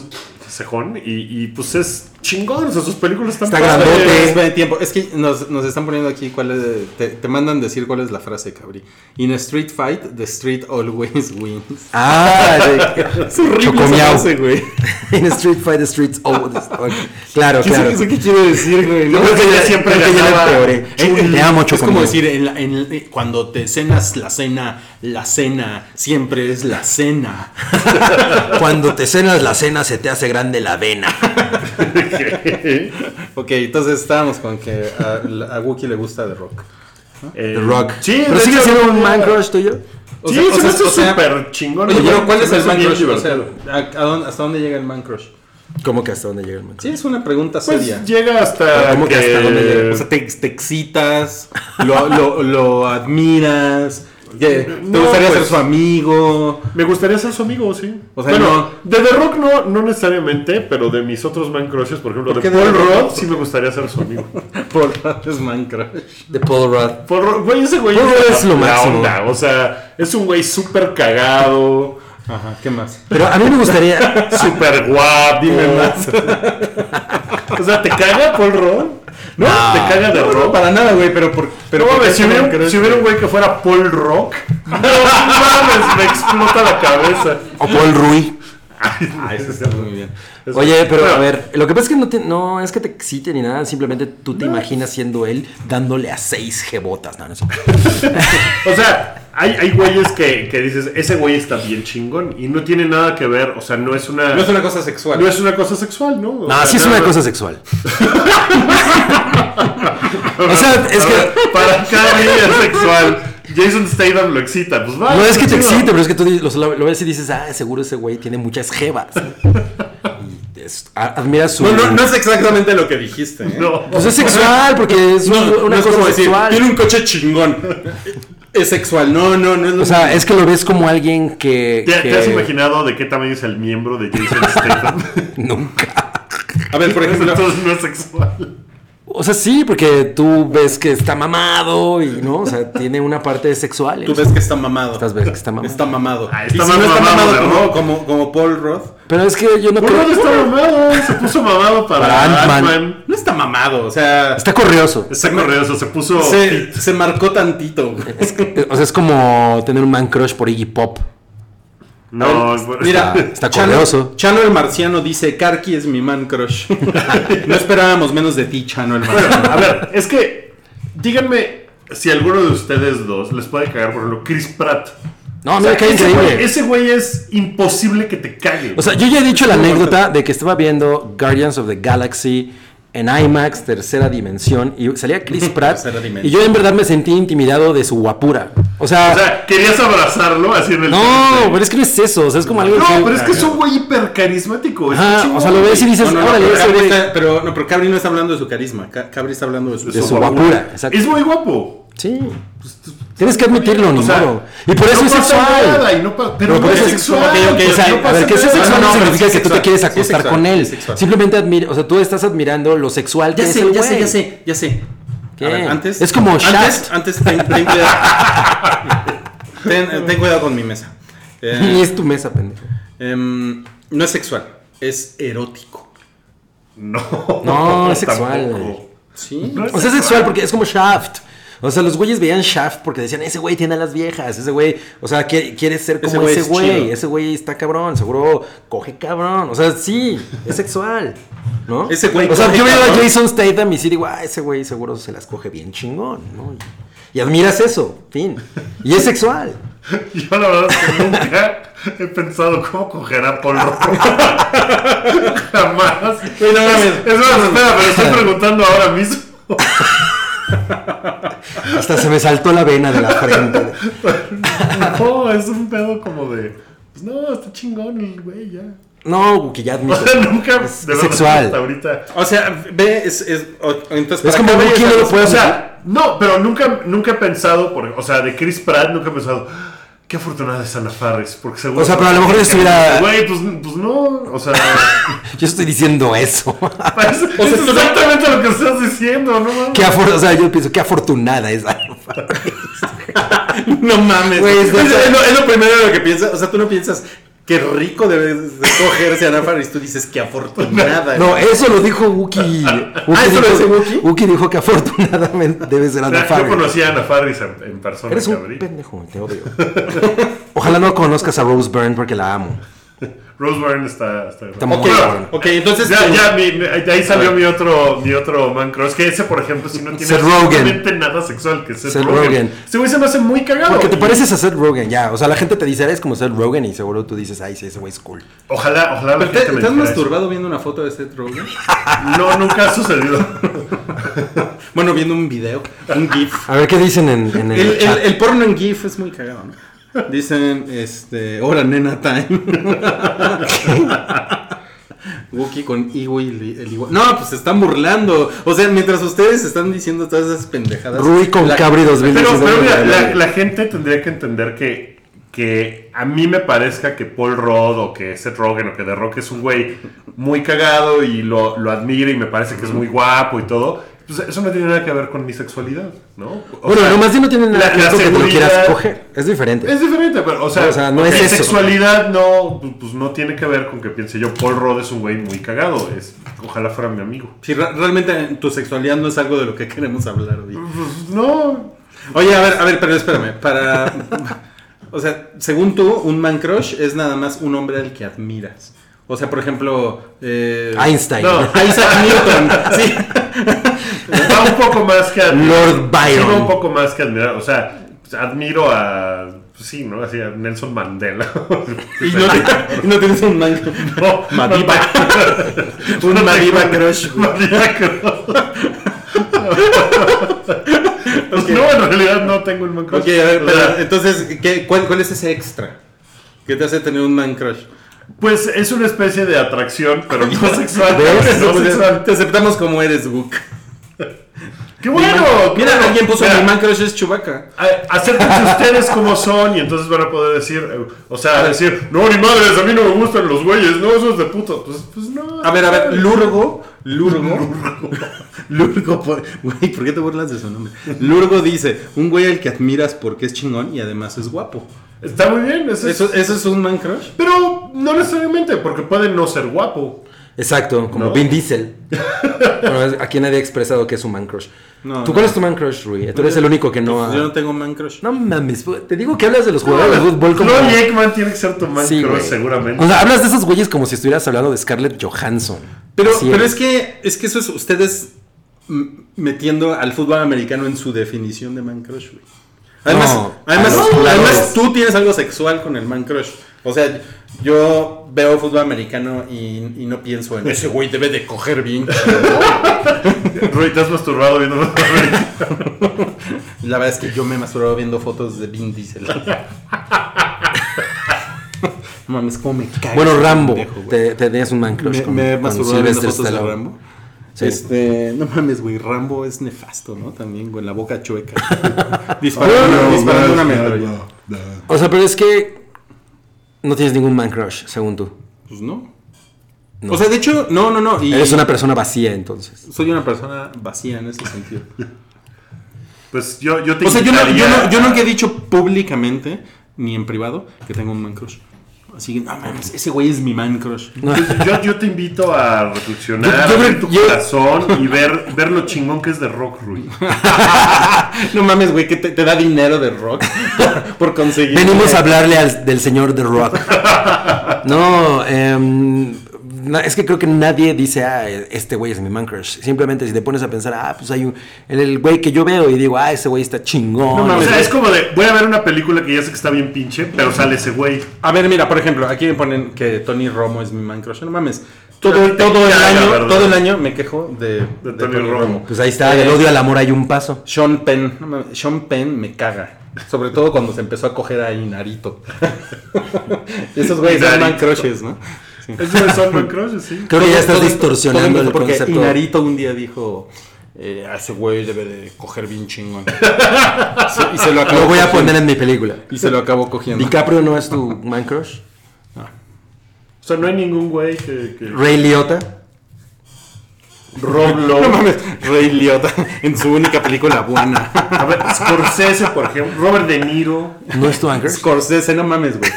Speaker 2: Cejón. Y, y, pues es chingón. O sea, sus películas están...
Speaker 3: Está
Speaker 2: padres.
Speaker 4: Espera,
Speaker 3: grandote.
Speaker 4: espera, espera, tiempo. Es que nos, nos están poniendo aquí cuál es- te, te mandan decir cuál es la frase, cabrí. In a street fight, the street always wins.
Speaker 3: Ah,
Speaker 4: Es horrible esa
Speaker 3: Chocomiao.
Speaker 4: frase, güey.
Speaker 3: En Street Fight, the Streets. Oh, this- ok. Claro,
Speaker 4: ¿Qué,
Speaker 3: claro.
Speaker 4: eso- eso qué quiere decir, güey? No,
Speaker 2: Yo creo que
Speaker 3: Creo
Speaker 2: ya
Speaker 3: que
Speaker 2: siempre
Speaker 3: creo que ya
Speaker 2: ganaba.
Speaker 3: la empeoré.
Speaker 4: Eh,
Speaker 3: Te amo,
Speaker 4: Es como
Speaker 3: Chocomiao.
Speaker 4: decir, en la- en- eh, cuando te cenas la cena, la cena siempre es la cena.
Speaker 3: Cuando te cenas la cena, se te hace grande la vena.
Speaker 4: ok, entonces estábamos con que a, a Wookiee le gusta The Rock.
Speaker 2: Eh,
Speaker 3: The Rock.
Speaker 2: Sí,
Speaker 3: Pero
Speaker 2: de
Speaker 3: sigue
Speaker 2: hecho,
Speaker 3: siendo un
Speaker 2: no,
Speaker 3: man
Speaker 2: no.
Speaker 3: crush tuyo.
Speaker 4: O
Speaker 2: Sí,
Speaker 4: sea- o
Speaker 2: se me
Speaker 4: sea-
Speaker 2: hace
Speaker 4: o sea-
Speaker 2: súper chingón. Pues,
Speaker 4: Oye, pero ¿cuál
Speaker 2: Se
Speaker 4: es
Speaker 2: me
Speaker 4: el
Speaker 2: hace
Speaker 4: man
Speaker 2: bien
Speaker 4: crush? O sea,
Speaker 2: divertido.
Speaker 4: ¿a, a dónde- ¿hasta dónde llega el man crush?
Speaker 3: ¿Cómo que hasta dónde llega el man
Speaker 4: Sí, es una pregunta seria.
Speaker 2: Pues llega hasta.
Speaker 3: ¿Cómo que hasta dónde llega?
Speaker 4: O sea, te, te excitas, lo, lo- lo admiras, que te
Speaker 2: No,
Speaker 4: gustaría ser
Speaker 2: pues.
Speaker 4: su amigo.
Speaker 2: Me gustaría ser su amigo, sí.
Speaker 4: O sea,
Speaker 2: bueno, de The Rock no, no necesariamente, pero de mis otros man crushes, por ejemplo,
Speaker 4: ¿Por
Speaker 2: de
Speaker 4: qué de
Speaker 2: Paul
Speaker 4: The Rock?
Speaker 2: Rudd sí me gustaría ser su amigo.
Speaker 4: Por es man crush.
Speaker 3: De Paul Rudd.
Speaker 2: Paul Rudd, güey, ese güey
Speaker 3: Paul Rudd
Speaker 2: la-
Speaker 3: es lo
Speaker 2: la
Speaker 3: máximo.
Speaker 2: onda, o sea, es un güey súper cagado,
Speaker 4: Ajá, ¿qué más?
Speaker 3: Pero a mí me gustaría.
Speaker 2: súper guapo. Dime más. o sea, ¿te caga Paul Rudd? ¿No? ¿Te caga de
Speaker 4: No, no,
Speaker 2: Rock?
Speaker 4: para nada, güey, pero por, pero
Speaker 2: No
Speaker 4: ¿por qué
Speaker 2: mames, si
Speaker 4: es man
Speaker 2: hubiera, un-
Speaker 4: crush,
Speaker 2: si hubiera un
Speaker 4: güey?
Speaker 2: güey que fuera Paul Rock, no mames, me explota la cabeza.
Speaker 3: O Paul Rui.
Speaker 4: Ah, eso está muy bien.
Speaker 3: Oye, pero
Speaker 2: Bueno,
Speaker 3: a ver, lo que pasa es que no, te- no es que te excite ni nada, simplemente tú te imaginas siendo él dándole a seis jebotas. No, no sé.
Speaker 2: O sea, hay, hay güeyes que, que dices, ese güey está bien chingón y no tiene nada que ver, o sea, no es una...
Speaker 4: No es una cosa sexual.
Speaker 2: no es una cosa sexual, ¿no? O
Speaker 3: No,
Speaker 2: sea,
Speaker 3: sí es
Speaker 2: nada
Speaker 3: una
Speaker 2: más-
Speaker 3: cosa sexual. o sea, es que.
Speaker 2: Para cada niña es sexual, Jason Statham lo excita, pues va.
Speaker 3: No es que te
Speaker 2: chido.
Speaker 3: excite, pero es que tú di- los- lo, lo ves y dices, ah, seguro ese güey tiene muchas jebas. Y es- a- admira su.
Speaker 4: No, no, no es exactamente lo que dijiste. ¿eh?
Speaker 2: No.
Speaker 3: Pues es sexual, porque es un-
Speaker 4: No, no
Speaker 3: una
Speaker 4: es
Speaker 3: cosa
Speaker 4: como decir,
Speaker 3: sexual.
Speaker 4: tiene un coche chingón. Es sexual. No, no, no es lo
Speaker 3: O sea, es que lo ves como alguien que.
Speaker 2: ¿Te, te
Speaker 3: que-
Speaker 2: has imaginado de qué tamaño es el miembro de Jason Statham?
Speaker 3: Nunca.
Speaker 4: A ver, por ejemplo,
Speaker 2: Entonces no es sexual.
Speaker 3: O sea, sí, porque tú ves que está mamado y no, o sea, tiene una parte sexual. y
Speaker 4: tú
Speaker 3: eso.
Speaker 4: ves que está mamado.
Speaker 3: Estás ves que está mamado.
Speaker 4: Está mamado.
Speaker 2: Ah,
Speaker 4: Y
Speaker 2: está
Speaker 4: si no
Speaker 2: más
Speaker 4: está
Speaker 2: mamado,
Speaker 4: mamado
Speaker 2: ¿verdad?
Speaker 4: como, como, como Paul Roth,
Speaker 3: Pero es que yo no
Speaker 2: Por
Speaker 3: creo.
Speaker 2: no está mamado. Se puso mamado para,
Speaker 3: Para Ant-Man.
Speaker 2: Ant-Man.
Speaker 4: no está mamado. O sea,
Speaker 3: Está corrioso.
Speaker 2: Está corrioso, se puso.
Speaker 4: se, se marcó tantito. güey.
Speaker 3: O sea, es como tener un man crush por Iggy Pop.
Speaker 2: No,
Speaker 4: Mira,
Speaker 3: está
Speaker 4: Chano-
Speaker 3: correoso.
Speaker 4: Chano el Marciano dice, Karki es mi man crush. no esperábamos menos de ti, Chano el
Speaker 2: Bueno,
Speaker 4: Marciano.
Speaker 2: a ver, es que díganme si alguno de ustedes dos les puede cagar, por ejemplo, Chris Pratt.
Speaker 3: No,
Speaker 2: O
Speaker 3: Ah, mira
Speaker 2: sea,
Speaker 3: qué
Speaker 2: ese güey-
Speaker 3: increíble.
Speaker 2: Ese güey es imposible que te cague.
Speaker 3: O sea, yo ya he dicho la anécdota de que estaba viendo Guardians of the Galaxy en IMAX, tercera dimensión, y salía Chris Pratt.
Speaker 4: Tercera dimensión.
Speaker 3: y yo en verdad me sentí intimidado de su guapura. O sea,
Speaker 2: O sea, querías abrazarlo así en el.
Speaker 3: no, pero es que no es eso. O sea, es como algo.
Speaker 2: No,
Speaker 3: que-
Speaker 2: pero es que es un güey hipercarismático. es un
Speaker 3: Ajá,
Speaker 2: chingón,
Speaker 3: o sea, lo ves y
Speaker 2: güey.
Speaker 3: dices,
Speaker 4: No, no, no,
Speaker 3: órale,
Speaker 4: pero,
Speaker 3: ese
Speaker 4: Cabri
Speaker 3: güey.
Speaker 4: está- pero- no, pero Cabri no está hablando de su carisma. Ca- Cabri está hablando de su...
Speaker 3: De su guapura, exacto.
Speaker 2: Es muy guapo.
Speaker 3: Sí. Tienes que admitirlo, ni
Speaker 2: O sea,
Speaker 3: modo. Y por eso
Speaker 2: no
Speaker 3: es
Speaker 2: pasa
Speaker 3: sexual.
Speaker 2: nada y no pa-
Speaker 3: Pero
Speaker 2: pero no
Speaker 3: por
Speaker 2: es
Speaker 3: eso es
Speaker 2: sexual.
Speaker 4: sexual. Ok, ok,
Speaker 2: pues,
Speaker 3: o sea,
Speaker 2: no
Speaker 3: a ver,
Speaker 2: pasa
Speaker 3: que sea
Speaker 2: nada.
Speaker 3: sexual
Speaker 4: No,
Speaker 3: no,
Speaker 4: no, pero sí
Speaker 3: significa
Speaker 4: es
Speaker 3: que tú te
Speaker 4: sexual,
Speaker 3: quieres
Speaker 4: sí es
Speaker 3: acostar
Speaker 4: sexual,
Speaker 3: con
Speaker 4: sí
Speaker 3: él.
Speaker 4: es sexual.
Speaker 3: Simplemente admira, o sea, tú estás admirando lo sexual
Speaker 4: Ya
Speaker 3: que es
Speaker 4: sé,
Speaker 3: el
Speaker 4: ya sé,
Speaker 3: güey.
Speaker 4: ya sé, ya sé.
Speaker 3: ¿Qué?
Speaker 4: A ver, antes.
Speaker 3: Es como
Speaker 4: Antes,
Speaker 3: Shaft.
Speaker 4: antes ten, ten cuidado. ten, ten cuidado con mi mesa.
Speaker 3: Y
Speaker 4: Eh,
Speaker 3: es tu mesa, pendejo.
Speaker 4: em, no es sexual, es erótico.
Speaker 2: No,
Speaker 3: No, es sexual.
Speaker 2: tampoco.
Speaker 4: ¿Sí?
Speaker 2: No
Speaker 3: O sea, es sexual porque es como Shaft. O sea, los güeyes veían Shaft porque decían, ese güey tiene a las viejas, ese güey, o sea, qui- quiere ser
Speaker 4: Ese
Speaker 3: como
Speaker 4: güey
Speaker 3: ese
Speaker 4: es
Speaker 3: güey,
Speaker 4: chido.
Speaker 3: ese güey está cabrón, seguro coge cabrón, o sea, sí, es sexual, ¿no?
Speaker 4: Ese güey
Speaker 3: O sea,
Speaker 4: coge
Speaker 3: yo veo a
Speaker 4: cabrón.
Speaker 3: Jason Statham y sí digo, ah, ese güey seguro se las coge bien chingón, ¿no? Y, y admiras eso, fin. Y es sexual.
Speaker 2: Yo la verdad es que nunca he pensado cómo cogerá Paul Roth. Jamás.
Speaker 4: Güey, no mames.
Speaker 2: Es más, espera, pero estoy preguntando ahora mismo.
Speaker 3: Hasta se me saltó la vena de la frente.
Speaker 2: No, es un pedo como de. Pues no, está chingón el güey ya.
Speaker 3: No, que ya
Speaker 2: O
Speaker 3: admito.
Speaker 2: sea, nunca. de verdad,
Speaker 3: sexual.
Speaker 2: Hasta ahorita.
Speaker 4: O sea, ve, es. es o- o entonces,
Speaker 3: Es
Speaker 4: para
Speaker 3: como
Speaker 4: Cabri
Speaker 3: Bucky,
Speaker 4: es
Speaker 3: no lo
Speaker 4: algo-
Speaker 3: puedo-
Speaker 2: Pues, O sea, no, pero nunca, nunca he pensado, por, o sea, de Chris Pratt nunca he pensado. Qué afortunada es Ana Farris, porque seguro.
Speaker 3: O sea, pero a lo mejor estuviera-
Speaker 2: Güey, pues, pues no, o sea.
Speaker 3: Yo estoy diciendo eso.
Speaker 2: parece-
Speaker 4: O sea,
Speaker 2: es exactamente lo que estás diciendo, ¿no? mames?
Speaker 3: Qué afor- o sea, yo pienso, qué afortunada es Alfa.
Speaker 4: No mames.
Speaker 3: Güey,
Speaker 4: es,
Speaker 3: es-
Speaker 4: es lo, es lo primero de lo que piensas. O sea, tú no piensas. Qué rico debe de cogerse a Ana Faris. Tú dices que afortunada.
Speaker 3: No, eso lo dijo Wookie.
Speaker 4: Ah, ¿eso lo dice Wookie?
Speaker 3: Wookie dijo que afortunadamente debe ser
Speaker 2: O
Speaker 3: Ana
Speaker 2: sea, Yo
Speaker 3: Faris.
Speaker 2: conocí a Ana Farris en, en persona,
Speaker 3: Eres un
Speaker 2: cabrón.
Speaker 3: pendejo, te odio. Ojalá no conozcas a Rose Byrne porque la amo.
Speaker 2: Rose Byrne está. está,
Speaker 3: Está
Speaker 2: Ok,
Speaker 3: muy cabrón.
Speaker 4: Ok, entonces.
Speaker 2: Ya, ya, mi- mi- ahí ahí salió mi otro, mi otro man cross. Que ese, por ejemplo, si no tiene
Speaker 3: Seth Rogen.
Speaker 2: absolutamente nada sexual, que es Seth,
Speaker 3: Seth
Speaker 2: Rogen.
Speaker 3: Rogen.
Speaker 2: Ese güey se me hace muy cagado.
Speaker 3: Porque te
Speaker 2: Y
Speaker 3: pareces a Seth Rogen, ya. O sea, la gente te dice, eres como Seth Rogen y seguro tú dices, ay, sí, ese güey es cool.
Speaker 2: Ojalá, ojalá. la
Speaker 4: ¿Pero ¿Te,
Speaker 2: gente me
Speaker 4: te has
Speaker 2: dijera eso.
Speaker 4: masturbado viendo una foto de Seth Rogen?
Speaker 2: No, nunca ha sucedido.
Speaker 4: Bueno, viendo un video, un GIF.
Speaker 3: A ver qué dicen en, en el,
Speaker 4: El, el-
Speaker 3: chat.
Speaker 4: el porno en GIF es muy cagado, ¿no? Dicen, este, hora nena time. Wookie con Iwi el, el igua- No, pues se están burlando. O sea, mientras ustedes están diciendo todas esas pendejadas.
Speaker 3: Rui con
Speaker 4: la-
Speaker 3: Cabri 2000.
Speaker 2: Pero, pero mira, la, la gente tendría que entender que, que a mí me parezca que Paul Rudd o que Seth Rogen o que The Rock es un güey muy cagado y lo, lo admiro y me parece que es muy guapo y todo. Pues eso no tiene nada que ver con mi sexualidad, ¿no? O
Speaker 3: bueno,
Speaker 2: sea,
Speaker 3: nomás sí no tiene
Speaker 2: la-
Speaker 3: nada que ver
Speaker 2: la
Speaker 3: con que te lo quieras
Speaker 2: seguridad-
Speaker 3: coger. Es diferente.
Speaker 2: Es diferente, pero, o sea,
Speaker 3: O sea, no
Speaker 2: ok,
Speaker 3: es eso.
Speaker 2: sexualidad no, pues, pues, no tiene que ver con que piense yo, Paul Rudd es un güey muy cagado. Es, ojalá fuera mi amigo.
Speaker 4: Si re- realmente tu sexualidad no es algo de lo que queremos hablar hoy.
Speaker 2: Pues no.
Speaker 4: Oye, a ver, a ver, pero espérame. Para. O sea, según tú, un man crush es nada más un hombre al que admiras. O sea, por ejemplo. eh,
Speaker 3: Einstein.
Speaker 2: No.
Speaker 4: Isaac Newton. Sí.
Speaker 2: Va un poco más que admirar.
Speaker 3: Lord Byron.
Speaker 2: Sí, va un poco más que admirar. O sea, pues, admiro a. pues, sí, ¿no? Así a Nelson Mandela.
Speaker 4: Y no, te- y no tienes un man
Speaker 2: No,
Speaker 4: Madiba.
Speaker 2: no.
Speaker 4: Un
Speaker 2: No
Speaker 4: Madiba
Speaker 2: tengo-
Speaker 4: crush, güey.
Speaker 2: Madiba crush. Pues, No, en realidad no tengo el man crush.
Speaker 4: Ok, a ver,
Speaker 2: O
Speaker 4: pero
Speaker 2: sea,
Speaker 4: entonces, ¿qué, cuál, cuál es ese extra que te hace tener un man crush?
Speaker 2: Pues es una especie de atracción, pero no sexual.
Speaker 4: ¿Ves? pues,
Speaker 2: no sexual.
Speaker 4: Te aceptamos como eres, Book.
Speaker 2: ¡Qué bueno! qué
Speaker 4: Mira,
Speaker 2: bueno.
Speaker 4: alguien puso
Speaker 2: Mira,
Speaker 4: mi man crush es Chubaca.
Speaker 2: a- Acéptense Eh, ustedes como son y entonces van a poder decir, eh, o sea, decir, no, ni madres, a mí no me gustan los güeyes, no, eso es de puto. Pues, pues no.
Speaker 4: A ver, a ver, Lurgo. Lurgo. Lurgo. por- Güey, ¿por qué te burlas de su nombre? Lurgo dice: Un güey al que admiras porque es chingón y además es guapo.
Speaker 2: Está muy bien, eso es-
Speaker 4: ¿Eso, eso es un man crush?
Speaker 2: Pero no necesariamente, porque puede no ser guapo.
Speaker 3: Exacto, como
Speaker 2: No.
Speaker 3: Vin Diesel. Bueno, es- aquí nadie ha expresado que es un man crush.
Speaker 4: No,
Speaker 3: ¿Tú
Speaker 4: no.
Speaker 3: cuál es tu man crush, Rui? Tú eres el único que no ha...
Speaker 4: Yo no tengo man crush.
Speaker 3: No mames, fu- te digo que hablas de los jugadores de fútbol como...
Speaker 2: Floyd Eggman tiene que ser tu man
Speaker 3: Sí,
Speaker 2: crush,
Speaker 3: güey.
Speaker 2: seguramente.
Speaker 3: O sea, hablas de esos güeyes como si estuvieras hablando de Scarlett Johansson.
Speaker 4: Pero,
Speaker 3: Así
Speaker 4: pero
Speaker 3: es.
Speaker 4: es que es que eso es ustedes mm, metiendo al fútbol americano en su definición de man crush, güey. Además,
Speaker 3: No,
Speaker 4: además,
Speaker 3: a los
Speaker 4: además
Speaker 3: jugadores.
Speaker 4: tú tienes algo sexual con el man crush. O sea, yo veo fútbol americano y, y no pienso en ese güey debe de coger bien.
Speaker 2: Rui, te has masturbado viendo
Speaker 4: La verdad es que yo me masturbaba viendo fotos de Vin Diesel. Mames, cómo me cago.
Speaker 3: Bueno, Rambo, te, te tenías un man crush
Speaker 4: Me,
Speaker 3: con,
Speaker 4: me he
Speaker 3: con
Speaker 4: masturbado viendo
Speaker 3: Sylvester
Speaker 4: fotos de
Speaker 3: Stallone.
Speaker 4: Rambo.
Speaker 3: Sí.
Speaker 4: Este, no mames, güey, Rambo es nefasto, ¿no? También, güey, la boca chueca.
Speaker 2: No,
Speaker 4: disparando,
Speaker 2: no,
Speaker 4: disparando una
Speaker 2: no,
Speaker 4: metralla.
Speaker 2: no, no.
Speaker 3: O sea, pero es que no tienes ningún man crush, según tú.
Speaker 4: Pues no. O sea, de hecho, no, no, no. y
Speaker 3: Eres una persona vacía, entonces.
Speaker 4: Soy una persona vacía en ese sentido.
Speaker 2: Pues yo, yo te
Speaker 4: O sea, yo, no, yo,
Speaker 2: invitaría
Speaker 4: no- yo nunca he dicho públicamente, ni en privado, que tengo un man crush. Así que, no mames, ese güey es mi man crush.
Speaker 2: Pues yo, yo te invito a
Speaker 3: Yo-
Speaker 2: reflexionar,
Speaker 3: yo
Speaker 2: a ver
Speaker 3: creo-
Speaker 2: tu
Speaker 3: yo-
Speaker 2: corazón y ver, ver lo chingón que es de rock, Rui.
Speaker 4: No mames, güey, que te, te da dinero de rock por, por conseguir.
Speaker 3: Venimos a hablarle al- del señor The Rock. No, em, na- es que creo que nadie dice, ah, este güey es mi man crush. Simplemente si te pones a pensar, ah, pues hay un, el- el güey que yo veo y digo, ah, ese güey está chingón.
Speaker 4: No
Speaker 2: O
Speaker 4: mames.
Speaker 2: sea, es como de, voy a ver una película que ya sé que está bien pinche, pero sale ese güey.
Speaker 4: A ver, mira, por ejemplo, aquí me ponen que Tony Romo es mi man crush. No mames.
Speaker 2: Pero a
Speaker 4: Todo,
Speaker 2: ti te
Speaker 4: todo el
Speaker 2: caga,
Speaker 4: año,
Speaker 2: ¿verdad?
Speaker 4: todo el año me quejo de, de
Speaker 2: Tony Romo.
Speaker 3: Pues ahí está, del odio al amor hay un paso.
Speaker 4: Sean Penn. No mames, Sean Penn me caga. Sobre todo cuando se empezó a coger a Inarito. Esos güeyes son
Speaker 2: Inarito.
Speaker 4: man crushes, ¿no? Sí.
Speaker 2: Es de Salman Crush, sí.
Speaker 3: Creo que ya estás
Speaker 4: Todo- todo-
Speaker 3: distorsionando
Speaker 4: todo
Speaker 3: el
Speaker 4: porque
Speaker 3: concepto.
Speaker 4: Inarito un día dijo. eh, a ese güey debe de coger bien chingón. Sí, y se lo acabó
Speaker 3: Lo voy a
Speaker 4: cogiendo.
Speaker 3: poner en mi película.
Speaker 4: Y se lo acabó cogiendo. Ah.
Speaker 3: DiCaprio no es tu man crush.
Speaker 2: O sea, no hay ningún güey que... que...
Speaker 3: Ray Liotta.
Speaker 2: Rob Lowe.
Speaker 4: No mames, Rey Liotta en su única película buena.
Speaker 2: A ver, Scorsese, por ejemplo. Robert De Niro.
Speaker 3: No es tu man crush.
Speaker 4: Scorsese, no mames, güey.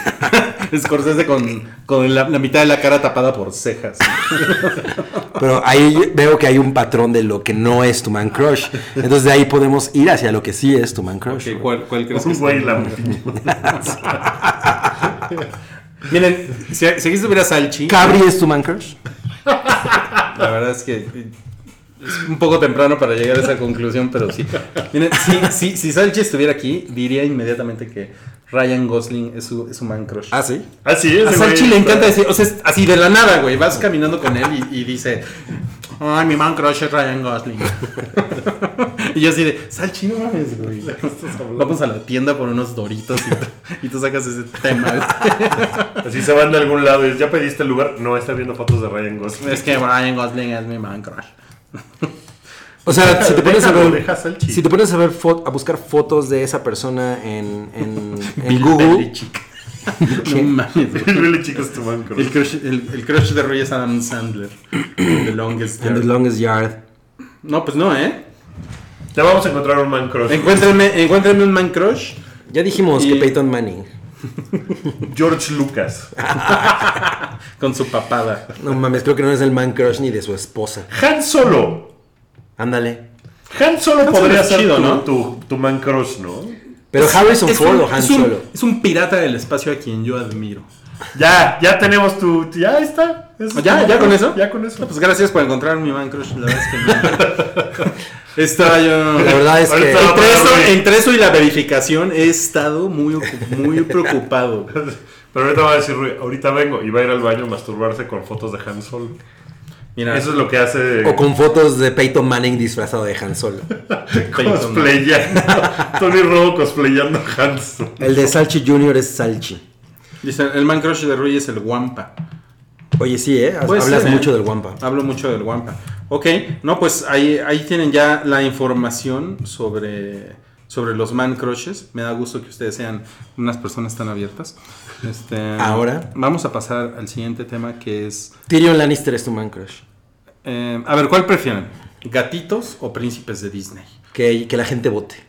Speaker 4: Scorsese con, con la, la mitad de la cara tapada por cejas.
Speaker 3: Pero ahí veo que hay un patrón de lo que no es tu man crush. Entonces de ahí podemos ir hacia lo que sí es tu man crush.
Speaker 4: Ok,
Speaker 3: güey.
Speaker 4: ¿Cuál, cuál crees que
Speaker 2: Un
Speaker 4: es?
Speaker 2: güey lampiño.
Speaker 4: Miren, si, si aquí estuviera Salchi,
Speaker 3: Cabri es tu man crush.
Speaker 4: la verdad es que es un poco temprano para llegar a esa conclusión, pero sí. Miren, si, si, si Salchi estuviera aquí, diría inmediatamente que Ryan Gosling es su, es su man crush.
Speaker 3: sí.
Speaker 2: Ah, sí,
Speaker 4: A
Speaker 2: ese güey.
Speaker 4: Salchi le encanta decir, o sea, es así de la nada, güey. Vas caminando con él y, y dice, ay, mi man crush es Ryan Gosling. y yo así de, Salchi, no mames, güey. Vamos a la tienda por unos doritos y, tú- y tú sacas ese tema.
Speaker 2: Así se van de algún lado y ya pediste el lugar. No, está viendo fotos de Ryan Gosling.
Speaker 4: es que Ryan Gosling es mi man crush.
Speaker 3: O sea, si te pones a
Speaker 2: Déjalo,
Speaker 3: ver,
Speaker 2: deja Salchi.
Speaker 3: si te pones a ver fo- a buscar fotos de esa persona en, en, en
Speaker 4: Bill
Speaker 3: Google,
Speaker 4: Belichick. no mames, güey.
Speaker 2: El Billy Chico es tu man
Speaker 4: El
Speaker 2: crush.
Speaker 4: crush, el, el crush de Roy es Adam Sandler. The longest
Speaker 3: and the
Speaker 4: Yard.
Speaker 3: longest yard.
Speaker 4: No, pues no, ¿eh?
Speaker 2: Ya vamos a encontrar un man crush.
Speaker 4: Encuéntrenme, encuéntrenme un man crush.
Speaker 3: Ya dijimos
Speaker 4: Y-
Speaker 3: que Peyton Manning.
Speaker 2: George Lucas.
Speaker 4: Con su papada.
Speaker 3: No mames, creo que no es el man crush ni de su esposa.
Speaker 2: Han Solo.
Speaker 3: Ándale.
Speaker 2: Han Solo
Speaker 4: Han Solo
Speaker 2: podría
Speaker 4: es
Speaker 2: ser
Speaker 4: chido,
Speaker 2: tu,
Speaker 4: ¿no?
Speaker 2: tu, tu man crush, ¿no?
Speaker 3: Pero Harrison
Speaker 4: Es
Speaker 3: Ford
Speaker 4: un-
Speaker 3: o Han
Speaker 4: es un-
Speaker 3: Solo.
Speaker 4: Es un pirata del espacio a quien yo admiro.
Speaker 2: Ya, ya tenemos tu... Ya está. Eso es
Speaker 4: Ah, ¿Ya? ¿Ya
Speaker 2: tu man
Speaker 4: con
Speaker 2: crush.
Speaker 4: eso?
Speaker 2: Ya con eso.
Speaker 4: Pues gracias por encontrar mi man crush. La verdad es que no. Estaba yo.
Speaker 3: La verdad es que
Speaker 2: Ahorita vamos
Speaker 4: Entre eso, entre eso y la verificación he estado muy, ocu- muy preocupado.
Speaker 2: Pero ahorita va a decir, Rui, ahorita vengo y va a ir al baño a masturbarse con fotos de Han Solo.
Speaker 4: Mira,
Speaker 2: Eso es lo que hace
Speaker 3: o con fotos de Peyton Manning disfrazado de Han Solo.
Speaker 4: Peyton.
Speaker 2: cosplayando. Tony Robo cosplayando a Han Solo.
Speaker 3: El de Salchi Jr. es Salchi.
Speaker 4: Dice, el man crush de Rui es el Wampa.
Speaker 3: Oye, sí, ¿eh?
Speaker 4: Puede
Speaker 3: Hablas
Speaker 4: ser, ¿eh?
Speaker 3: mucho del Wampa.
Speaker 4: Hablo mucho del Wampa. Ok, no, pues ahí, ahí tienen ya la información sobre, sobre los man crushes. Me da gusto que ustedes sean unas personas tan abiertas. Este,
Speaker 3: Ahora.
Speaker 4: Vamos a pasar al siguiente tema que es...
Speaker 3: Tyrion Lannister es tu man crush.
Speaker 4: eh, a ver, ¿cuál prefieren? ¿Gatitos o príncipes de Disney?
Speaker 3: Que, que la gente vote.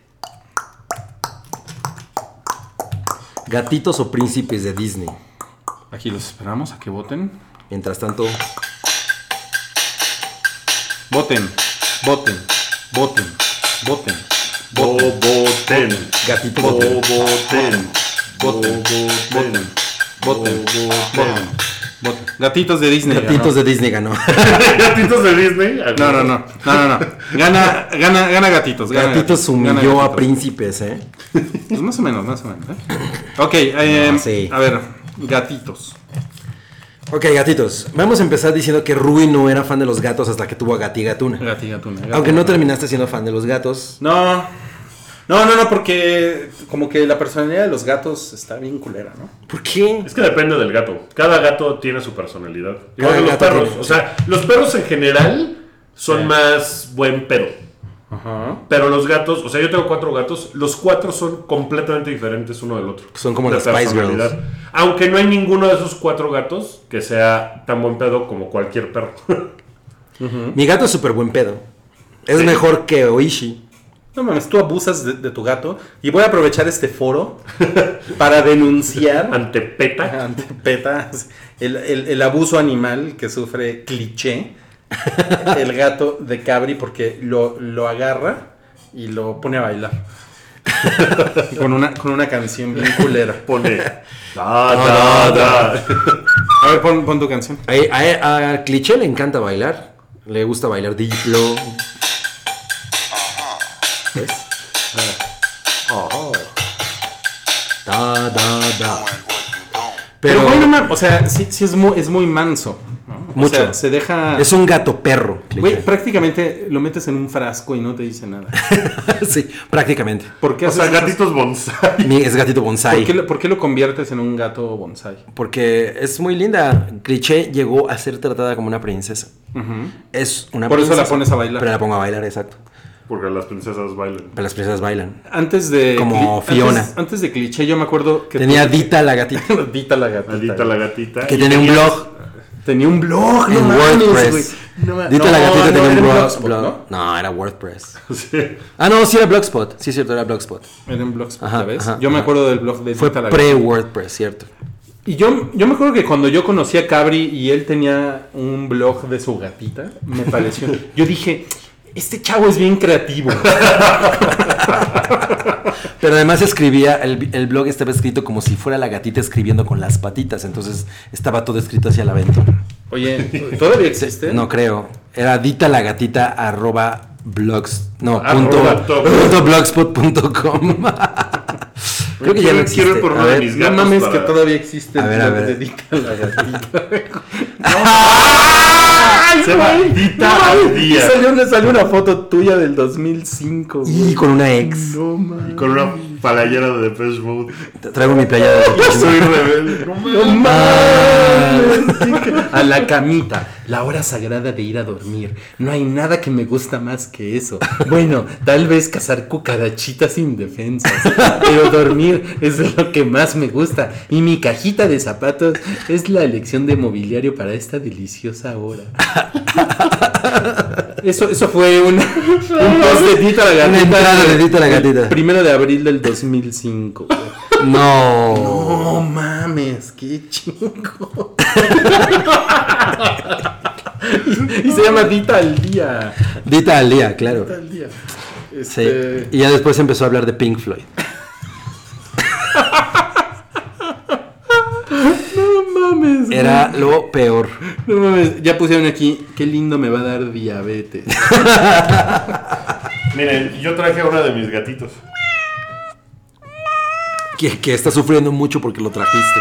Speaker 3: Gatitos o príncipes de Disney.
Speaker 4: Aquí los esperamos a que voten.
Speaker 3: Mientras tanto,
Speaker 4: Voten, voten, voten, voten, voten,
Speaker 2: Boboten.
Speaker 3: gatitos voten.
Speaker 2: Boboten.
Speaker 4: Voten.
Speaker 2: Boboten.
Speaker 4: voten, voten,
Speaker 2: Boboten.
Speaker 4: voten. Gatitos de Disney.
Speaker 3: Oh, Gatitos de Disney ganó.
Speaker 2: Gatitos de Disney.
Speaker 4: No, no, no, no, no, no. Gana, gana, gana gatitos. Gana
Speaker 3: Gatitos humilló
Speaker 4: gana
Speaker 3: a
Speaker 4: gatitos.
Speaker 3: príncipes, ¿eh?
Speaker 4: Pues más o menos, más o menos. ¿eh? Ok, eh,
Speaker 3: No, sí.
Speaker 4: a ver, gatitos.
Speaker 3: Ok, gatitos. Vamos a empezar diciendo que Rui no era fan de los gatos hasta que tuvo a Gati Gatuna.
Speaker 4: Gati, gatuna, gati,
Speaker 3: Aunque no
Speaker 4: gatuna.
Speaker 3: terminaste siendo fan de los gatos.
Speaker 4: No, no, no, no, porque como que la personalidad de los gatos está bien culera, ¿no?
Speaker 3: ¿Por qué?
Speaker 2: Es que depende del gato. Cada gato tiene su personalidad. Igual
Speaker 3: Cada
Speaker 2: que los
Speaker 3: gato
Speaker 2: perros.
Speaker 3: tiene-
Speaker 2: O sea, los perros en general son
Speaker 4: Sí.
Speaker 2: más buen pedo.
Speaker 4: Ajá.
Speaker 2: Pero los gatos, o sea, yo tengo cuatro gatos, los cuatro son completamente diferentes uno del otro.
Speaker 3: Son como
Speaker 2: De
Speaker 3: las Spice
Speaker 2: personalidad.
Speaker 3: Girls.
Speaker 2: Aunque no hay ninguno de esos cuatro gatos que sea tan buen pedo como cualquier perro.
Speaker 3: Mi gato es súper buen pedo. Es
Speaker 2: Sí.
Speaker 3: mejor que Oishi.
Speaker 4: No mames, tú abusas de, de tu gato y voy a aprovechar este foro para denunciar
Speaker 2: Ante peta.
Speaker 4: ante PETA el, el- el abuso animal que sufre cliché el gato de Cabri porque lo, lo agarra y lo pone a bailar. con, una, con una canción bien culera.
Speaker 2: Pone. Da, da, da.
Speaker 4: A ver, pon, pon tu canción.
Speaker 3: A, a- a Cliché le encanta bailar. Le gusta bailar Diplo. ¿Ves? Ah. Da, da, da.
Speaker 4: Pero,
Speaker 3: Pero,
Speaker 4: bueno, ma- o sea, sí, sí es, muy, es muy manso. ¿no?
Speaker 3: Mucho.
Speaker 4: O sea, se deja...
Speaker 3: es un gato perro.
Speaker 4: Güey,
Speaker 3: Cliché.
Speaker 4: prácticamente lo metes en un frasco y no te dice nada.
Speaker 3: sí, prácticamente.
Speaker 4: ¿Por qué
Speaker 2: O sea,
Speaker 4: haces esas-
Speaker 2: gatitos bonsai.
Speaker 3: Mi- es gatito bonsai.
Speaker 4: ¿Por qué, lo- por qué lo conviertes en un gato bonsai?
Speaker 3: Porque es muy linda. Cliché llegó a ser tratada como una princesa. Es una
Speaker 4: Por eso la
Speaker 3: princesa,
Speaker 4: pones a bailar.
Speaker 3: Pero la pongo a bailar, exacto.
Speaker 2: Porque las princesas bailan.
Speaker 3: Pero las princesas bailan.
Speaker 4: Antes de.
Speaker 3: Como
Speaker 4: cli-
Speaker 3: Fiona.
Speaker 4: Antes, antes de cliché, yo me acuerdo que.
Speaker 3: Tenía Dita la gatita.
Speaker 4: Dita la gatita.
Speaker 2: Maldita la gatita.
Speaker 3: Que
Speaker 2: Y
Speaker 3: tenía un
Speaker 2: tenías-
Speaker 3: blog.
Speaker 4: Tenía un blog, Ah, no
Speaker 3: En
Speaker 4: mames,
Speaker 3: WordPress.
Speaker 4: güey. No ma-
Speaker 3: Dita la
Speaker 4: no,
Speaker 3: gatita
Speaker 4: no,
Speaker 3: tenía
Speaker 4: era
Speaker 3: un
Speaker 4: en
Speaker 3: blog.
Speaker 4: Blogspot,
Speaker 3: blog-
Speaker 4: ¿no?
Speaker 3: ¿no? era WordPress.
Speaker 2: Sí.
Speaker 3: Ah, no, sí era Blogspot. Sí, cierto, era Blogspot.
Speaker 4: Era en Blogspot,
Speaker 3: Ajá,
Speaker 4: ya ¿ves?
Speaker 3: ajá,
Speaker 4: yo me
Speaker 3: ajá.
Speaker 4: acuerdo del blog de
Speaker 3: Fue
Speaker 4: Dita la gatita.
Speaker 3: pre-WordPress, cierto.
Speaker 4: Y yo, yo me acuerdo que cuando yo conocí a Cabri y él tenía un blog de su gatita, me pareció. yo dije, este chavo es bien creativo.
Speaker 3: Pero además escribía, el, el blog estaba escrito como si fuera la gatita escribiendo con las patitas. Entonces estaba todo escrito hacia la ventana.
Speaker 4: Oye, ¿todavía existe?
Speaker 3: No creo. Era dita la gatita arroba blogs. No,
Speaker 2: Arroba
Speaker 3: punto,
Speaker 2: top.
Speaker 3: punto blogspot punto com. creo que ya no
Speaker 2: Quiero- quiero
Speaker 3: existe.
Speaker 2: ir por
Speaker 3: A
Speaker 2: uno de
Speaker 3: ver.
Speaker 2: mis
Speaker 4: No
Speaker 2: gatos
Speaker 4: mames
Speaker 2: para-
Speaker 4: que todavía existe el
Speaker 3: A ver, a
Speaker 4: blog de
Speaker 3: ver.
Speaker 4: Dita la gatita.
Speaker 3: ¡Ah!
Speaker 2: Se llama
Speaker 4: Ay,
Speaker 2: Dita
Speaker 4: no,
Speaker 2: al
Speaker 4: mames,
Speaker 2: día.
Speaker 4: Salió, una- salió una foto tuya del 2005. güey.
Speaker 3: Y con una ex.
Speaker 4: No mames.
Speaker 2: Con una palayera de Depeche Mode.
Speaker 3: Traigo mi playa de
Speaker 2: Soy rebelde. No mames.
Speaker 4: No mames. A la camita, la hora sagrada de ir a dormir. No hay nada que me gusta más que eso. Bueno, tal vez cazar cucarachitas indefensas, pero dormir es lo que más me gusta. Y mi cajita de zapatos es la elección de mobiliario para esta deliciosa hora. Eso, eso fue una, un post de Tito la
Speaker 3: Una entrada de Tito la
Speaker 4: el
Speaker 3: Gatita.
Speaker 4: Primero de abril del 2005. güey.
Speaker 3: No.
Speaker 4: No mames, qué chingo. y, y se llama Dita al día.
Speaker 3: Dita al día, claro.
Speaker 4: Dita al día.
Speaker 3: Sí.
Speaker 4: Este,
Speaker 3: Y ya después empezó a hablar de Pink Floyd.
Speaker 4: No mames.
Speaker 3: Era lo peor.
Speaker 4: No mames. Ya pusieron aquí, qué lindo me va a dar diabetes.
Speaker 2: Miren, yo traje a una de mis gatitos.
Speaker 3: Que, que está sufriendo mucho porque lo trajiste.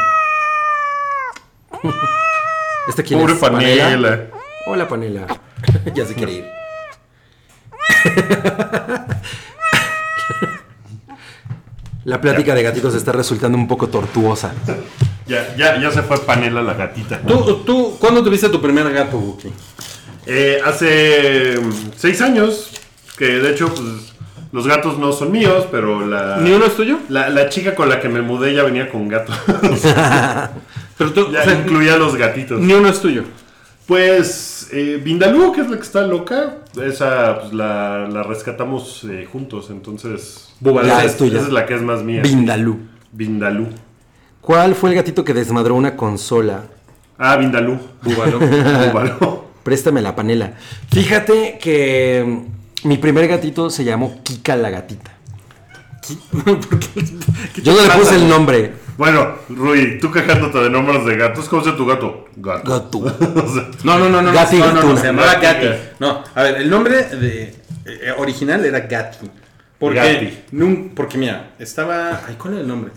Speaker 3: ¿Este quién
Speaker 2: Pobre
Speaker 3: es? ¿Panela?
Speaker 2: Panela.
Speaker 3: Hola, Panela. ya se quiere ir. La plática de gatitos está resultando un poco tortuosa.
Speaker 2: Ya, ya, ya se fue Panela la gatita.
Speaker 4: ¿Tú, tú, ¿Cuándo tuviste tu primer gato, Buki?
Speaker 2: Eh, hace mm, seis años, que de hecho, pues, los gatos no son míos, pero la,
Speaker 4: ¿Ni uno es tuyo?
Speaker 2: la, la chica con la que me mudé ya venía con gatos.
Speaker 4: Pero tú,
Speaker 2: ya
Speaker 4: o sea,
Speaker 2: incluía los gatitos.
Speaker 4: ni uno es tuyo.
Speaker 2: Pues, eh, Vindaloo, que es la que está loca, esa pues, la, la rescatamos eh, juntos, entonces...
Speaker 3: Búbala,
Speaker 2: esa
Speaker 3: es tuya.
Speaker 2: Esa es la que es más mía.
Speaker 3: Vindaloo.
Speaker 2: Vindaloo.
Speaker 3: ¿Cuál fue el gatito que desmadró una consola?
Speaker 2: Ah, Vindaloo.
Speaker 4: Búbalo.
Speaker 2: Búbalo.
Speaker 3: Préstame la panela. Fíjate que mm, mi primer gatito se llamó Kika la gatita.
Speaker 4: ¿Por qué? ¿Qué
Speaker 3: Yo no le
Speaker 4: pasa?
Speaker 3: puse el nombre.
Speaker 2: Bueno, Rui, tú quejándote de nombres de gatos, ¿cómo se llama tu gato? Gato.
Speaker 3: Gato.
Speaker 2: O sea,
Speaker 4: No, no, no, no.
Speaker 3: Gatti
Speaker 4: no, no, no,
Speaker 3: Gatuna.
Speaker 4: se llamaba
Speaker 2: Gatti.
Speaker 4: Gatti. No, a ver, el nombre de, eh, eh, original era Gatti. Porque,
Speaker 2: Gatti.
Speaker 4: nun- porque mira, estaba. Ay, ¿cuál era el nombre?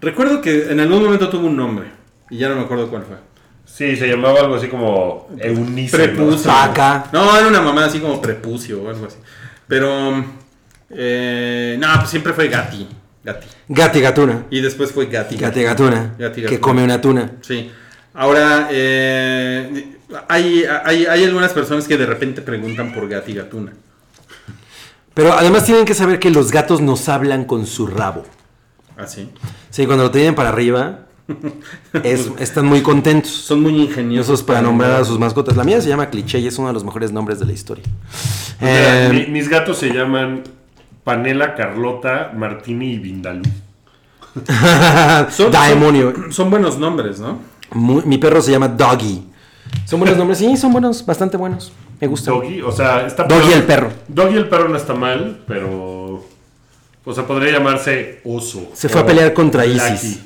Speaker 4: Recuerdo que en algún momento tuvo un nombre. Y ya no me acuerdo cuál fue.
Speaker 2: sí, se llamaba algo así como Eunice. ¿no?
Speaker 4: Prepucio.
Speaker 3: Vaca.
Speaker 4: No, era una mamá así como prepucio o algo así. Pero. eh, no, pues siempre fue Gatti. Gatti.
Speaker 3: Gati gatuna.
Speaker 4: Y después fue Gatti.
Speaker 3: Gati gatuna.
Speaker 4: Gati
Speaker 3: Que
Speaker 4: gatuna.
Speaker 3: come una tuna.
Speaker 4: Sí. Ahora, eh, hay, hay, hay algunas personas que de repente preguntan por Gati Gatuna.
Speaker 3: Pero además tienen que saber que los gatos nos hablan con su rabo.
Speaker 4: Así.
Speaker 3: Sí, cuando lo tienen para arriba, es- están muy contentos.
Speaker 4: Son muy ingeniosos
Speaker 3: Esos para nombrar a sus mascotas. La mía se llama Cliché y es uno de los mejores nombres de la historia.
Speaker 2: O sea,
Speaker 3: Eh,
Speaker 2: mi- mis gatos se llaman Panela, Carlota, Martini y Vindalú.
Speaker 4: Son-
Speaker 3: ah, Daemonio.
Speaker 4: Son, son buenos nombres, ¿no?
Speaker 3: Mu- Mi perro se llama Doggy. ¿Son buenos nombres? Sí, son buenos, bastante buenos. Me gusta.
Speaker 2: Doggy, o sea, está
Speaker 3: Doggy
Speaker 2: peor-
Speaker 3: el perro.
Speaker 2: Doggy el perro no está mal, pero. O sea, podría llamarse Oso.
Speaker 3: Se fue
Speaker 2: O
Speaker 3: a pelear contra
Speaker 2: Lucky.
Speaker 3: ISIS.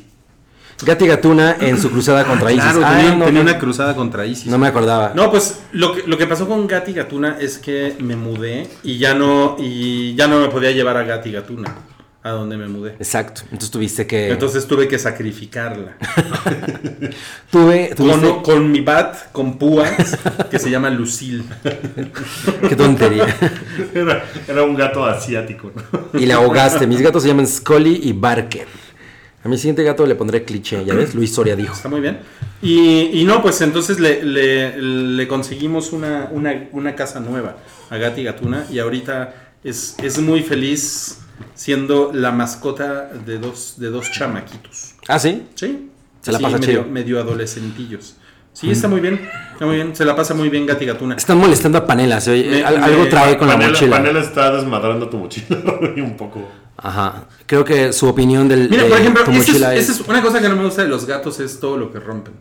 Speaker 3: Gati Gatuna en su cruzada contra ISIS.
Speaker 4: Claro,
Speaker 3: Ah,
Speaker 4: tenía,
Speaker 3: no,
Speaker 4: tenía
Speaker 3: me-
Speaker 4: una cruzada contra ISIS.
Speaker 3: no me acordaba.
Speaker 4: No, pues lo que, lo que pasó con Gati Gatuna es que me mudé y ya no, y ya no me podía llevar a Gati Gatuna a donde me mudé.
Speaker 3: Exacto. Entonces tuviste que.
Speaker 4: Entonces tuve que sacrificarla.
Speaker 3: tuve tuviste-
Speaker 4: Con, con mi bat, con púas, que se llama Lucille.
Speaker 3: Qué tontería.
Speaker 2: Era, era un gato asiático. ¿no?
Speaker 3: y la ahogaste. Mis gatos se llaman Scully y Barker. A mi siguiente gato le pondré cliché, ya ves, Luis Soria dijo.
Speaker 4: Está muy bien. Y, y no, pues entonces le, le- le conseguimos una, una- una casa nueva a Gati Gatuna y ahorita es, es muy feliz siendo la mascota de dos, de dos chamaquitos.
Speaker 3: Ah, sí.
Speaker 4: ¿Sí?
Speaker 3: Se la
Speaker 4: Sí,
Speaker 3: pasa
Speaker 4: medio,
Speaker 3: chido.
Speaker 4: medio adolescentillos. Sí, está muy bien. Está muy bien. Se la pasa muy bien Gati Gatuna.
Speaker 3: Están molestando a Panela, se oye,
Speaker 4: Me-
Speaker 3: al-
Speaker 4: me-
Speaker 3: algo trae con la
Speaker 2: Panela,
Speaker 3: mochila.
Speaker 2: Panela está desmadrando tu mochila Rui, un poco.
Speaker 3: Ajá. Creo que su opinión del
Speaker 4: Mira,
Speaker 3: de
Speaker 4: por ejemplo,
Speaker 3: Eh, tu
Speaker 4: esa es,
Speaker 3: mochila
Speaker 4: esa es una cosa que no me gusta de los gatos, es todo lo que rompen.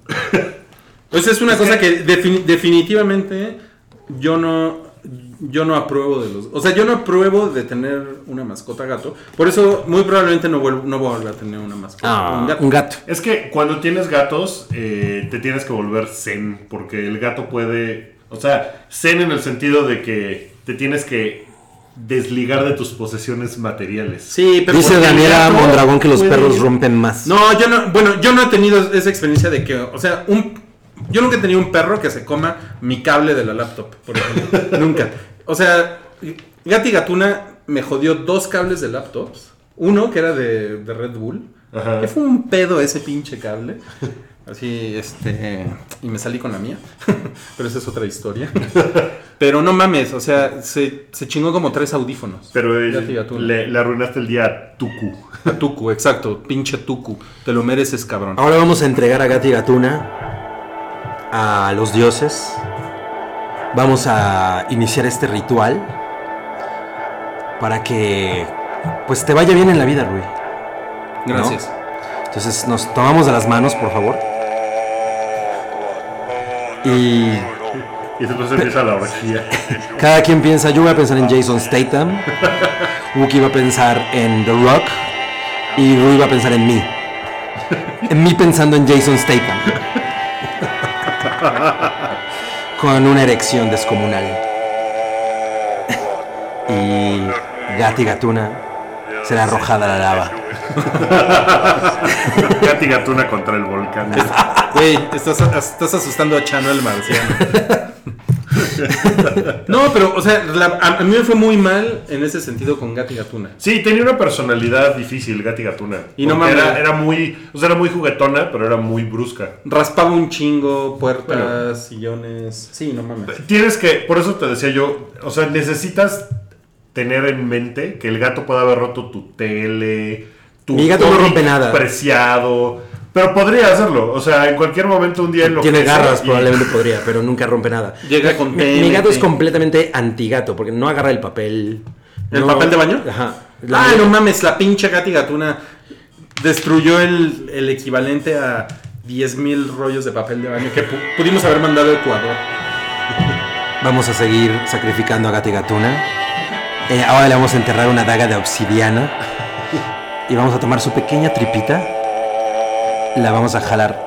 Speaker 4: Esa es una cosa que defini- definitivamente yo no yo no apruebo de los, o sea, yo no apruebo de tener una mascota gato. Por eso muy probablemente no vuelvo no voy a volver a tener una mascota
Speaker 3: Ah,
Speaker 4: un gato.
Speaker 3: un gato.
Speaker 2: Es que cuando tienes gatos, eh, te tienes que volver zen, porque el gato puede, o sea, zen en el sentido de que te tienes que desligar de tus posesiones materiales.
Speaker 4: Sí, pero
Speaker 3: Dice
Speaker 4: porque el
Speaker 3: Daniela
Speaker 4: gato
Speaker 3: Mondragón que los
Speaker 4: puede
Speaker 3: perros
Speaker 4: ir-
Speaker 3: rompen más.
Speaker 4: No, yo no, bueno, yo no he tenido esa experiencia de que, o sea, un yo nunca he tenido un perro que se coma mi cable de la laptop, por ejemplo. nunca. O sea, Gati Gatuna me jodió dos cables de laptops. Uno que era de, de Red Bull.
Speaker 2: Ajá.
Speaker 4: Que fue un pedo ese pinche cable. Así, este. Y me salí con la mía. Pero esa es otra historia. Pero no mames, o sea, se, se chingó como tres audífonos.
Speaker 2: Pero eh,
Speaker 4: Gati Gatuna.
Speaker 2: le, le arruinaste el día a Tuku.
Speaker 4: A Tuku, exacto, pinche Tuku. Te lo mereces, cabrón.
Speaker 3: Ahora vamos a entregar a Gati Gatuna a los dioses. Vamos a iniciar este ritual para que pues te vaya bien en la vida, Rui.
Speaker 4: Gracias.
Speaker 3: Entonces nos tomamos de las manos, por favor. Y
Speaker 2: Y después empieza la orgía.
Speaker 3: cada quien piensa, yo voy a pensar en Jason Statham, Wookie va a pensar en The Rock y Rui va a pensar en mí. En mí pensando en Jason Statham. Con una erección descomunal. Y Gati Gatuna será arrojada a la lava.
Speaker 2: Gati Gatuna contra el volcán.
Speaker 4: Güey, estás, estás asustando a Chano el marciano. No, pero, o sea, la- a, a mí me fue muy mal en ese sentido con Gato y Gatuna.
Speaker 2: Sí, tenía una personalidad difícil, Gati Gatuna.
Speaker 4: Y no
Speaker 2: Porque
Speaker 4: mames.
Speaker 2: Era, era muy, o sea, era muy juguetona, pero era muy brusca.
Speaker 4: Raspaba un chingo, puertas, sillones. Sí, no mames.
Speaker 2: Tienes que, por eso te decía yo, o sea, necesitas tener en mente que el gato puede haber roto tu tele, tu
Speaker 3: Mi gato no
Speaker 2: cómic
Speaker 3: rompe nada.
Speaker 2: preciado, pero podría hacerlo, o sea, en cualquier momento un día en lo
Speaker 3: Tiene garras, probablemente podría, pero nunca rompe nada.
Speaker 4: Llega con
Speaker 3: Mi, mi gato es
Speaker 4: TNT.
Speaker 3: completamente antigato, porque no agarra el papel.
Speaker 4: ¿El
Speaker 3: No-
Speaker 4: papel de baño?
Speaker 3: Ajá. La
Speaker 4: Ah,
Speaker 3: mía-
Speaker 4: no mames, la pinche Gati Gatuna destruyó el, el equivalente a 10.000 rollos de papel de baño que pu- pudimos haber mandado a Ecuador.
Speaker 3: Vamos a seguir sacrificando a Gata y Gatuna. Eh, ahora le vamos a enterrar una daga de obsidiana. Y vamos a tomar su pequeña tripita. La vamos a jalar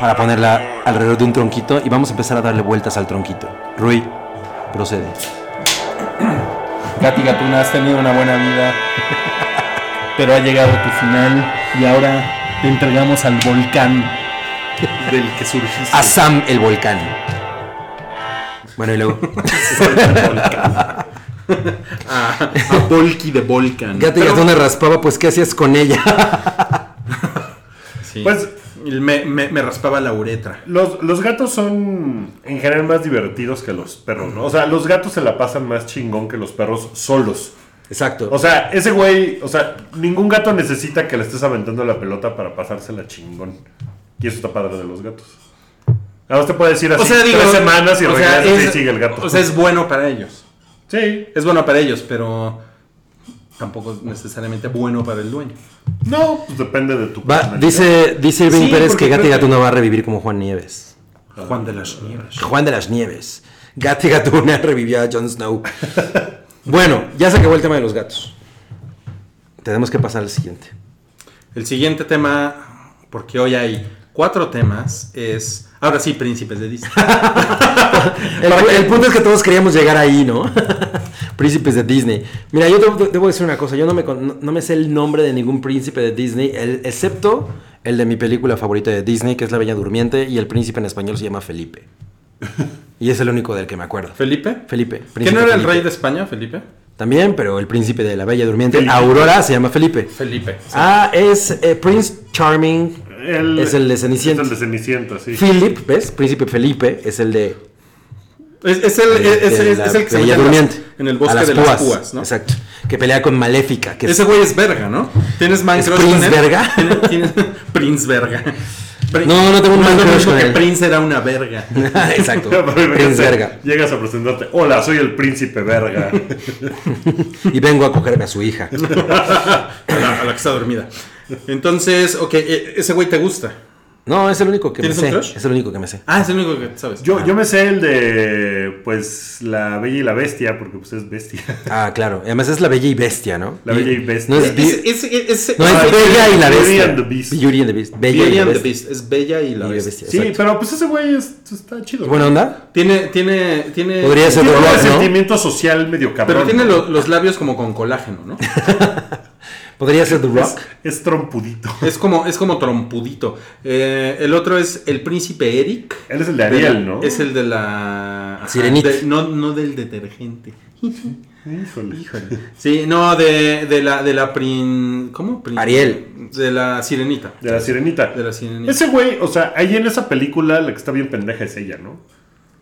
Speaker 3: para ponerla alrededor de un tronquito y vamos a empezar a darle vueltas al tronquito. Rui, procede.
Speaker 4: Gati Gatuna, has tenido una buena vida, pero ha llegado tu final y ahora te entregamos al volcán del que surgiste.
Speaker 3: A Sam el volcán. Bueno, y luego.
Speaker 4: A, a Volky de Volcan.
Speaker 3: Gata y
Speaker 4: Pero-
Speaker 3: Gatuna raspaba, pues ¿qué hacías con ella?
Speaker 4: Sí.
Speaker 2: Pues-
Speaker 4: me, me- me raspaba la uretra.
Speaker 2: Los, los gatos son en general más divertidos que los perros, ¿no? O sea, los gatos se la pasan más chingón que los perros solos.
Speaker 3: Exacto.
Speaker 2: O sea, ese güey, o sea, ningún gato necesita que le estés aventando la pelota para pasársela chingón. Y eso está padre de los gatos. Además te puede decir así tres semanas y
Speaker 4: o sea,
Speaker 2: regresas y ahí sigue el gato.
Speaker 4: O sea, es bueno para ellos.
Speaker 2: sí.
Speaker 4: Es bueno para ellos, pero tampoco es necesariamente bueno para el dueño.
Speaker 2: No, pues depende de tu
Speaker 3: Va,
Speaker 2: personalidad.
Speaker 3: dice, dice Irving
Speaker 4: Sí,
Speaker 3: Pérez
Speaker 4: porque
Speaker 3: que Gata y
Speaker 4: creo que-
Speaker 3: Gatuna va a revivir como Juan Nieves.
Speaker 4: Juan de las Nieves.
Speaker 3: Juan de las Nieves. Gata y Gatuna revivió a Jon Snow. bueno, ya se acabó el tema de los gatos. Tenemos que pasar al siguiente.
Speaker 4: El siguiente tema, porque hoy hay cuatro temas, es. Ahora sí, príncipes de Disney.
Speaker 3: El, el punto es que todos queríamos llegar ahí, ¿no? Príncipes de Disney. Mira, yo debo, debo decir una cosa. Yo no me, con- no- no me sé el nombre de ningún príncipe de Disney, el- excepto el de mi película favorita de Disney, que es La Bella Durmiente, y el príncipe en español se llama Felipe. Y es el único del que me acuerdo.
Speaker 4: ¿Felipe?
Speaker 3: Felipe.
Speaker 4: ¿Que
Speaker 3: príncipe
Speaker 4: no era el
Speaker 3: Felipe.
Speaker 4: rey de España, Felipe?
Speaker 3: También, pero el príncipe de La Bella Durmiente, Aurora, se llama Felipe.
Speaker 4: Felipe. sí.
Speaker 3: Ah, es eh, Prince Charming.
Speaker 2: El-
Speaker 3: es el de Cenicienta.
Speaker 2: Es el de Cenicienta, sí.
Speaker 3: Philip, ¿ves? Príncipe Felipe es el de.
Speaker 4: Es, es el,
Speaker 3: de-
Speaker 4: es, es-
Speaker 3: de
Speaker 4: Eh, es
Speaker 3: la
Speaker 4: el que se mete
Speaker 3: Bella
Speaker 4: en, las-
Speaker 3: Durmiente.
Speaker 4: en el
Speaker 3: A
Speaker 4: bosque de las púas, ¿no?
Speaker 3: Exacto. Que pelea con Maléfica. Que es-
Speaker 4: Ese güey es verga, ¿no? ¿Tienes man
Speaker 3: ¿Es
Speaker 4: crush con
Speaker 3: Prince
Speaker 4: él?
Speaker 3: verga?
Speaker 4: ¿Tienes- tienes- Prince verga. Pri-
Speaker 3: No, no tengo un
Speaker 4: es
Speaker 3: man
Speaker 4: lo
Speaker 3: crush
Speaker 4: mismo
Speaker 3: con
Speaker 4: que
Speaker 3: él.
Speaker 4: Prince era una verga.
Speaker 3: Exacto.
Speaker 2: Imagínate,
Speaker 3: Prince Verga.
Speaker 2: Llegas a presentarte. Hola, soy el príncipe verga.
Speaker 3: Y vengo a cogerme a su hija.
Speaker 4: a, la, a la que está dormida. Entonces, ok, e- ese güey te gusta.
Speaker 3: No, es el único que me
Speaker 4: ¿Tienes un
Speaker 3: sé.
Speaker 4: crush?
Speaker 3: Es el único que me sé.
Speaker 4: Ah, es el único que sabes.
Speaker 2: Yo, yo me sé el de, pues, la bella y la bestia, porque pues es bestia.
Speaker 3: Ah, claro. Y Además es la Bella y Bestia, ¿no?
Speaker 2: La Bella y Bestia.
Speaker 3: No es,
Speaker 4: Ese-
Speaker 3: Be-
Speaker 4: ese- ese-
Speaker 3: no es
Speaker 4: ah,
Speaker 2: Be-
Speaker 3: Bella y la
Speaker 2: Beauty
Speaker 3: Bestia.
Speaker 2: and the Beast.
Speaker 3: Beauty and the Beast. Bella
Speaker 4: Beauty
Speaker 3: y la
Speaker 4: and the
Speaker 3: Bestia.
Speaker 4: Beast. Es Bella y la
Speaker 3: Y la
Speaker 4: Bestia.
Speaker 3: Bestia,
Speaker 2: Sí,
Speaker 3: exacto.
Speaker 2: pero pues ese güey es- está chido.
Speaker 3: ¿Buena onda?
Speaker 4: Tiene, tiene, tiene.
Speaker 3: Podría ser
Speaker 2: Tiene
Speaker 3: de
Speaker 2: un
Speaker 3: rock, ¿no?
Speaker 2: sentimiento social medio cabrón.
Speaker 4: Pero tiene lo- los labios como con colágeno, ¿no?
Speaker 3: Podría ser The
Speaker 2: Es,
Speaker 3: Rock.
Speaker 2: es trompudito.
Speaker 4: Es como, es como trompudito. Eh, el otro es el príncipe Eric.
Speaker 2: Él es el de Ariel,
Speaker 4: De la-
Speaker 2: ¿no?
Speaker 4: Es el de la. ajá,
Speaker 3: Sirenita.
Speaker 4: de- no, no del detergente.
Speaker 2: Híjole.
Speaker 4: Sí, no, de, de la, de la prin. ¿Cómo? Prin-
Speaker 3: Ariel.
Speaker 4: De la sirenita.
Speaker 2: De la sirenita.
Speaker 4: De la sirenita.
Speaker 2: Ese güey, o sea, ahí en esa película la que está bien pendeja es ella, ¿no?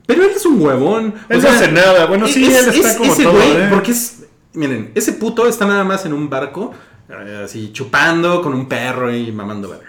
Speaker 4: Pero él es un huevón.
Speaker 2: Él no hace nada. Bueno, sí, él está como
Speaker 4: ese
Speaker 2: todo,
Speaker 4: güey,
Speaker 2: ¿eh?
Speaker 4: porque es. Miren, ese puto está nada más en un barco, eh, así chupando con un perro y mamando verga.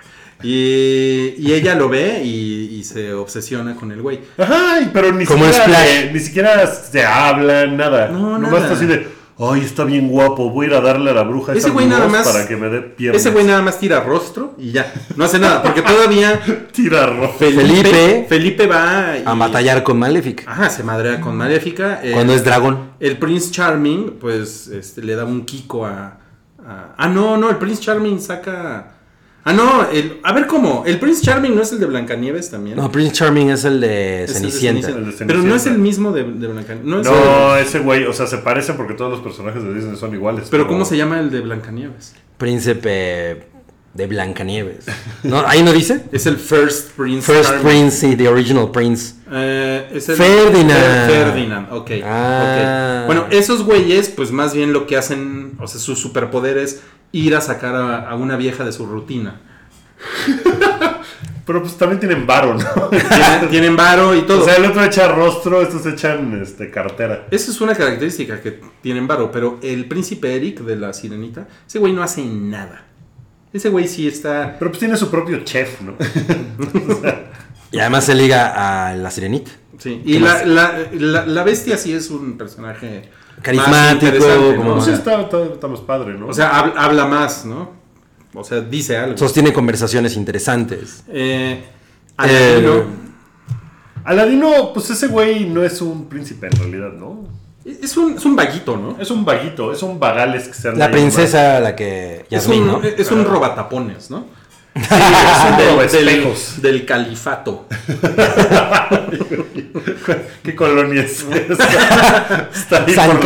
Speaker 4: Y, y ella lo ve y, y se obsesiona con el güey.
Speaker 2: Ajá, y- pero ni
Speaker 3: Como en
Speaker 2: siquiera,
Speaker 3: Splash.
Speaker 2: le- ni siquiera se habla, nada.
Speaker 4: No,
Speaker 2: Nomás
Speaker 4: nada.
Speaker 2: está así de, ay, está bien guapo, voy a ir a darle a la bruja
Speaker 4: Ese
Speaker 2: esa
Speaker 4: güey
Speaker 2: voz
Speaker 4: nada más-
Speaker 2: para que me dé piernas.
Speaker 4: Ese güey nada más tira rostro y ya. No hace nada, porque todavía
Speaker 2: Tira ropa.
Speaker 3: Felipe.
Speaker 4: Felipe va y-
Speaker 3: A batallar con Maléfica.
Speaker 4: Ajá, se madrea con Maléfica. Ah, eh,
Speaker 3: Cuando es dragón.
Speaker 4: El Prince Charming, pues, este, le da un kiko a, a- Ah, no, no, el Prince Charming saca... Ah, no, el, a ver cómo. El Prince Charming no es el de Blancanieves también.
Speaker 3: No, Prince Charming es el de
Speaker 4: Es el de
Speaker 3: Cenicienta.
Speaker 2: El de
Speaker 4: Pero no es
Speaker 2: Cenicienta.
Speaker 4: el mismo de, de Blancanieves. No es el-
Speaker 2: No, ese güey, o sea, se parecen porque todos los personajes de Disney son iguales.
Speaker 4: pero ¿cómo se llama el de Blancanieves?
Speaker 3: Príncipe de Blancanieves. ¿No? ¿Ahí no dice?
Speaker 4: Es el First Prince
Speaker 3: First
Speaker 4: Charming.
Speaker 3: Prince, sí, The Original Prince.
Speaker 4: Eh, es el-
Speaker 3: Ferdinand.
Speaker 4: Fer- Ferdinand, ok,
Speaker 3: Ah.
Speaker 4: ok. Bueno, esos güeyes, pues más bien lo que hacen, o sea, su superpoder es ir a sacar a, a una vieja de su rutina.
Speaker 2: Pero pues también tienen varo, ¿no?
Speaker 4: Tienen, tienen varo y todo.
Speaker 2: o sea, el otro echa rostro, estos echan este, cartera.
Speaker 4: Esa es una característica que tienen varo, pero el príncipe Eric de la sirenita, ese güey no hace nada. Ese güey sí está.
Speaker 2: Pero pues tiene su propio chef, ¿no?
Speaker 3: Y además se liga a la sirenita.
Speaker 4: Sí. Y
Speaker 3: ¿Qué
Speaker 4: la,
Speaker 3: más?
Speaker 4: la- la- la bestia sí es un personaje más
Speaker 3: Carismático,
Speaker 4: interesante,
Speaker 3: como-
Speaker 4: ¿no?
Speaker 2: O sea, Pues está, está, está más padre, ¿no?
Speaker 4: O sea, hab- habla más, ¿no? O sea, dice algo.
Speaker 3: Sostiene conversaciones interesantes.
Speaker 4: Eh, Aladino.
Speaker 2: Aladino, pues ese güey no es un príncipe en realidad, ¿no?
Speaker 4: es un, es un vaguito, ¿no?
Speaker 2: Es un vaguito, es un vagales que se anda
Speaker 3: La
Speaker 2: ahí
Speaker 3: princesa, la que.
Speaker 4: Es
Speaker 3: Yasmín,
Speaker 4: un,
Speaker 3: ¿no?
Speaker 4: es un robatapones, ¿no?
Speaker 2: nomás.
Speaker 4: Del-
Speaker 2: Como
Speaker 4: del,
Speaker 2: espejos.
Speaker 4: del califato.
Speaker 2: ¿Qué colonia es esa? Está ahí
Speaker 3: San
Speaker 2: por la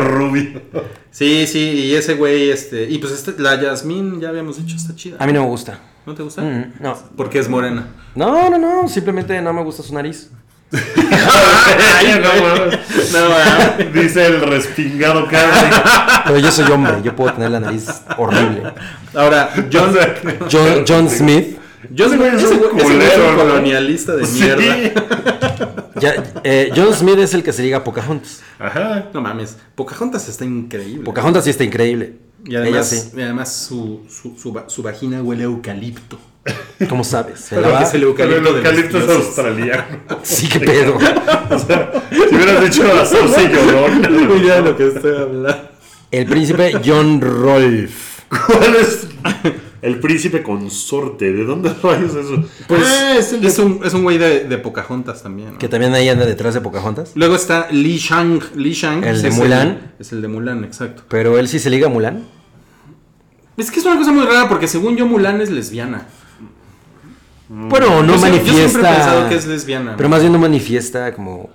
Speaker 2: Romero Rubio.
Speaker 4: Sí, sí, y ese güey, este. Y pues este- la Yasmín, ya habíamos dicho, está chida.
Speaker 3: A mí no me gusta.
Speaker 4: ¿No te gusta?
Speaker 3: Mm, No.
Speaker 4: Porque es morena.
Speaker 3: No, no, no. Simplemente no me gusta su nariz.
Speaker 2: Ay, no, ah.
Speaker 4: No, ¿verdad?
Speaker 2: mames. Dice el respingado cara.
Speaker 3: Pero yo soy hombre. Yo puedo tener la nariz horrible.
Speaker 4: Ahora, John.
Speaker 3: John, John Smith.
Speaker 4: John
Speaker 2: Ese güey es
Speaker 4: ese
Speaker 2: un
Speaker 4: güey- ese güey es un
Speaker 2: culero, ¿no?
Speaker 4: colonialista de mierda.
Speaker 3: ya- eh, John Smith es el que se liga a Pocahontas.
Speaker 2: Ajá.
Speaker 4: No mames, Pocahontas está increíble.
Speaker 3: Pocahontas sí está increíble.
Speaker 4: Y además,
Speaker 3: Ella sí.
Speaker 4: y además su, su, su, va- su vagina huele a eucalipto.
Speaker 3: ¿Cómo sabes? ¿Se
Speaker 4: Pero
Speaker 3: la va?
Speaker 4: que es el
Speaker 2: Pero
Speaker 4: eucalipto,
Speaker 2: el
Speaker 4: de los
Speaker 2: eucalipto es
Speaker 4: dioses.
Speaker 2: australiano.
Speaker 3: Sí, qué pedo.
Speaker 2: O sea, si hubieras dicho la salsa y llorón.
Speaker 4: Ni idea de lo que estoy hablando.
Speaker 3: El príncipe John Rolfe.
Speaker 2: ¿Cuál es el príncipe consorte? ¿De dónde rayos es eso?
Speaker 4: Pues
Speaker 2: Ah,
Speaker 4: es, un, es un güey de, de Pocahontas también. ¿no?
Speaker 3: Que también ahí anda detrás de Pocahontas.
Speaker 4: Luego está Li Shang. Li Shang
Speaker 3: El
Speaker 4: es
Speaker 3: de Mulan.
Speaker 4: Es el de Mulan, exacto.
Speaker 3: Pero él sí se liga a Mulan.
Speaker 4: Es que es una cosa muy rara porque según yo Mulan es lesbiana.
Speaker 3: Bueno, no
Speaker 4: Mm. Yo sé-
Speaker 3: manifiesta.
Speaker 4: Yo siempre he pensado que es lesbiana.
Speaker 3: Pero más bien no manifiesta como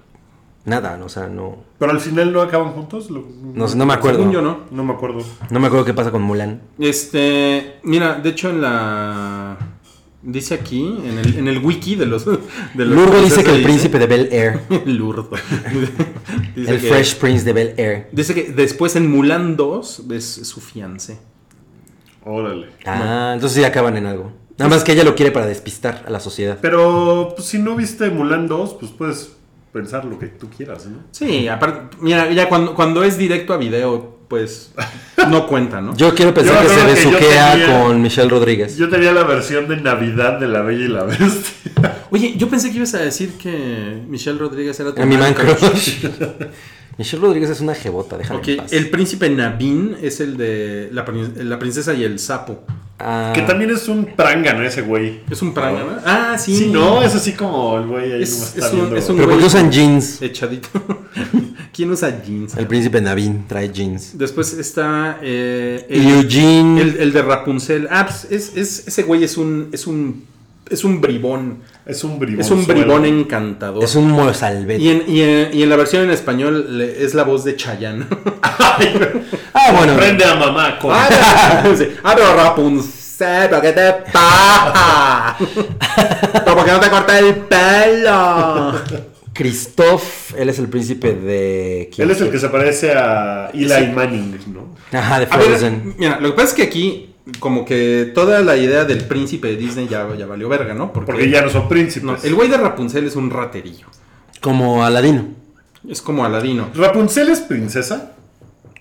Speaker 3: nada, ¿no? o sea, no,
Speaker 2: Pero al final no acaban juntos. Lo-
Speaker 3: no, sé, no me acuerdo.
Speaker 4: Según yo no.
Speaker 2: No me acuerdo.
Speaker 3: No me acuerdo qué pasa con Mulan.
Speaker 4: Este, mira, de hecho en la... Dice aquí, en el, en el wiki de los... De los
Speaker 3: Lurgo dice
Speaker 4: franceses,
Speaker 3: que el príncipe de Bel Air,
Speaker 4: Lurdo. dice,
Speaker 3: el
Speaker 4: que,
Speaker 3: Fresh Prince de Bel Air.
Speaker 4: dice que después en Mulan 2 es su fiancé.
Speaker 2: Órale.
Speaker 3: Ah, entonces sí acaban en algo. Nada más que ella lo quiere para despistar a la sociedad.
Speaker 2: Pero pues, si no viste Mulan 2, pues puedes pensar lo que tú quieras, ¿no?
Speaker 4: Sí, aparte, mira, ya cuando, cuando es directo a video, pues no cuenta, ¿no?
Speaker 3: Yo quiero pensar que
Speaker 2: Yo
Speaker 3: se
Speaker 2: creo que yo
Speaker 3: besuquea
Speaker 2: tenía-
Speaker 3: con Michelle Rodríguez.
Speaker 2: Yo tenía la versión de Navidad de La Bella y la Bestia.
Speaker 4: Oye, yo pensé que ibas a decir que Michelle Rodríguez era tu
Speaker 3: A mi
Speaker 4: man
Speaker 3: man
Speaker 4: crush.
Speaker 3: crush. Michelle Rodríguez es una jebota, déjame
Speaker 4: Ok,
Speaker 3: en paz.
Speaker 4: el príncipe Nabín es el de la, prin- la princesa y el sapo.
Speaker 3: Ah,
Speaker 2: Que también es un prangano ese güey.
Speaker 4: Es un prangana. Ah, sí.
Speaker 2: Sí, no, es así como el güey ahí
Speaker 4: Es-
Speaker 2: nomás
Speaker 4: es
Speaker 2: está
Speaker 4: un-
Speaker 2: viendo.
Speaker 4: es un-
Speaker 3: Pero porque usan jeans.
Speaker 4: Echadito. ¿Quién usa jeans?
Speaker 3: El príncipe Navin trae jeans.
Speaker 4: Después está eh, el,
Speaker 3: Eugene.
Speaker 4: el- el de Rapunzel. Ah, pues, es, es- ese güey es un, es un, es un bribón.
Speaker 2: Es un bribón.
Speaker 4: Es un bribón
Speaker 2: sueldo.
Speaker 4: encantador.
Speaker 3: es un mozalbete.
Speaker 4: Y en, y en- y en la versión en español le- es la voz de Chayanne.
Speaker 2: Ay, güey.
Speaker 3: Ah, bueno.
Speaker 2: Prende a mamá. con-
Speaker 4: Ah, Sí. Ah, Abro Rapunzel, ¿pero qué te pasa? ¿Pero por qué no te corta el pelo?
Speaker 3: Christoph, él es el príncipe de.
Speaker 2: Él es el que se parece a Eli Manning, ¿no?
Speaker 3: Ajá, de
Speaker 4: A ver,
Speaker 3: Frozen.
Speaker 4: mira, lo que pasa es que aquí, como que toda la idea del príncipe de Disney ya, ya valió verga, ¿no?
Speaker 2: Porque ya no son príncipes.
Speaker 4: No, el güey de Rapunzel es un raterillo.
Speaker 3: Como Aladino.
Speaker 4: Es como Aladino.
Speaker 2: ¿Rapunzel es princesa?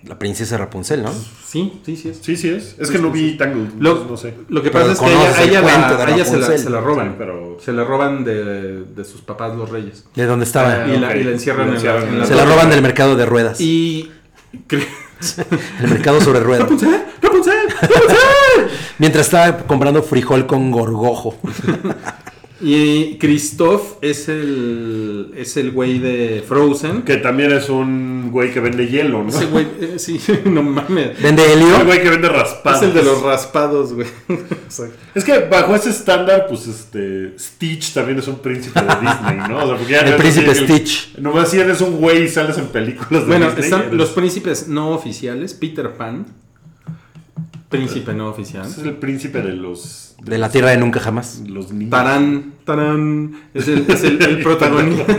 Speaker 3: La princesa Rapunzel, ¿no?
Speaker 4: Sí, sí, sí es.
Speaker 2: Sí, sí es. Es que no vi Tangled,
Speaker 4: Lo,
Speaker 2: no sé.
Speaker 4: lo que
Speaker 3: Pero
Speaker 4: pasa es que a
Speaker 3: conoces
Speaker 4: ella, a ella
Speaker 3: el
Speaker 4: la-
Speaker 3: cuento de
Speaker 4: a ella se, la,
Speaker 3: Rapunzel.
Speaker 4: se la roban.
Speaker 2: Sí, pero-
Speaker 4: Se la roban de, de sus papás los reyes.
Speaker 3: De donde estaba.
Speaker 4: Ah, y, la,
Speaker 2: Ah, ok.
Speaker 4: y la encierran
Speaker 2: La
Speaker 4: en la-
Speaker 2: encierran
Speaker 4: en
Speaker 2: en
Speaker 4: la
Speaker 2: la-
Speaker 3: se la roban del mercado de ruedas.
Speaker 4: Y. cre-
Speaker 3: El mercado sobre ruedas.
Speaker 4: ¡Rapunzel! ¡Rapunzel! ¡Rapunzel!
Speaker 3: Mientras estaba comprando frijol con gorgojo.
Speaker 4: y Christoph es el. Es el güey de Frozen.
Speaker 2: Que también es un güey que vende hielo, ¿no?
Speaker 4: Ese güey. eh, sí, no mames.
Speaker 3: Vende
Speaker 2: El
Speaker 3: helio.
Speaker 2: güey que vende raspados.
Speaker 4: Es el de los raspados, güey. Exacto.
Speaker 2: Es que bajo ese estándar, pues este. Stitch también es un príncipe de Disney, ¿no? O sea, porque ya
Speaker 3: El
Speaker 2: no eres
Speaker 3: príncipe
Speaker 2: así,
Speaker 3: Stitch.
Speaker 2: Nomás si eres un güey y sales en películas de
Speaker 4: Bueno,
Speaker 2: Disney.
Speaker 4: están
Speaker 2: eres-
Speaker 4: los príncipes no oficiales, Peter Pan. Príncipe no oficial.
Speaker 2: Ese es el príncipe de los.
Speaker 3: De la tierra de nunca jamás.
Speaker 2: Los niños.
Speaker 4: Tarán, tarán. Es el, es el, el protagonista.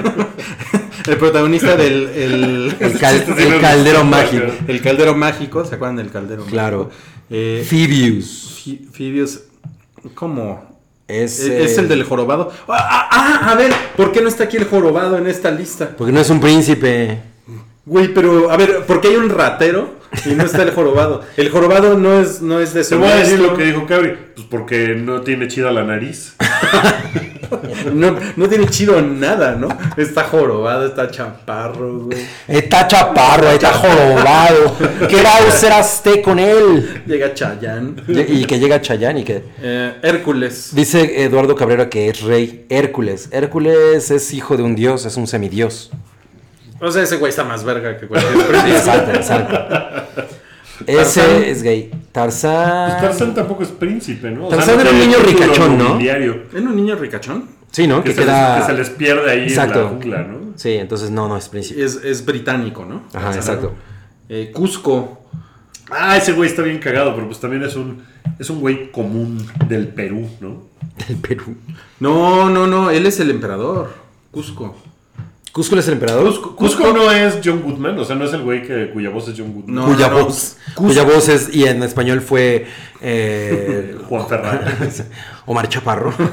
Speaker 4: el protagonista del el,
Speaker 3: El, cal- el caldero mágico.
Speaker 4: el caldero mágico. ¿Se acuerdan del caldero
Speaker 3: Claro.
Speaker 4: mágico? Eh,
Speaker 3: Phoebus.
Speaker 4: Fi- Fibius. ¿Cómo? E-,
Speaker 3: Es,
Speaker 4: Es el del jorobado. Ah, ah, ah, a ver, ¿por qué no está aquí el jorobado en esta lista?
Speaker 3: Porque no es un príncipe.
Speaker 4: Güey, pero a ver, ¿por qué hay un ratero y no está el jorobado? El jorobado no es, no es de
Speaker 2: Te voy a decir lo que dijo Cabri. Pues porque no tiene chida la nariz.
Speaker 4: No, no tiene chido nada, ¿no? Está jorobado, está chaparro, güey.
Speaker 3: Está chaparro, está jorobado. ¿Qué va a usar usted con él?
Speaker 4: Llega Chayán.
Speaker 3: Y que llega Chayán y que.
Speaker 4: Eh, Hércules.
Speaker 3: Dice Eduardo Cabrera que es rey Hércules. Hércules es hijo de un dios, es un semidios.
Speaker 4: O sea, ese güey está más verga que cualquier príncipe.
Speaker 3: Exacto, exacto. Ese
Speaker 4: Tarzán.
Speaker 3: es gay.
Speaker 2: Pues
Speaker 3: Tarzán.
Speaker 2: Tarzán tampoco es príncipe, ¿no?
Speaker 3: Tarzán
Speaker 2: no
Speaker 3: era un
Speaker 2: tiene
Speaker 3: niño
Speaker 2: título
Speaker 3: ricachón, ¿no?
Speaker 2: nobiliario,
Speaker 4: ¿Era un niño ricachón?
Speaker 3: Sí, ¿no?
Speaker 2: Que,
Speaker 3: Que,
Speaker 2: se
Speaker 3: queda.
Speaker 2: les, que se les pierde ahí en
Speaker 3: Exacto.
Speaker 2: la jungla, ¿no?
Speaker 3: Sí, entonces no, no es príncipe.
Speaker 4: Es, es británico, ¿no?
Speaker 3: Ajá, exacto.
Speaker 4: Eh, Cusco.
Speaker 2: Ah, ese güey está bien cagado, pero pues también es un es un güey común del Perú, ¿no?
Speaker 3: El Perú.
Speaker 4: No, no, no, él es el emperador. Cusco.
Speaker 3: Cusco es el emperador.
Speaker 2: Cusco, Cusco no es John Goodman, o sea, no es el güey que, cuya voz es John Goodman.
Speaker 4: No.
Speaker 3: cuya
Speaker 4: no.
Speaker 3: voz. Cuya voz es. Y en español fue. eh,
Speaker 2: Juan Ferrara.
Speaker 3: Omar Chaparro.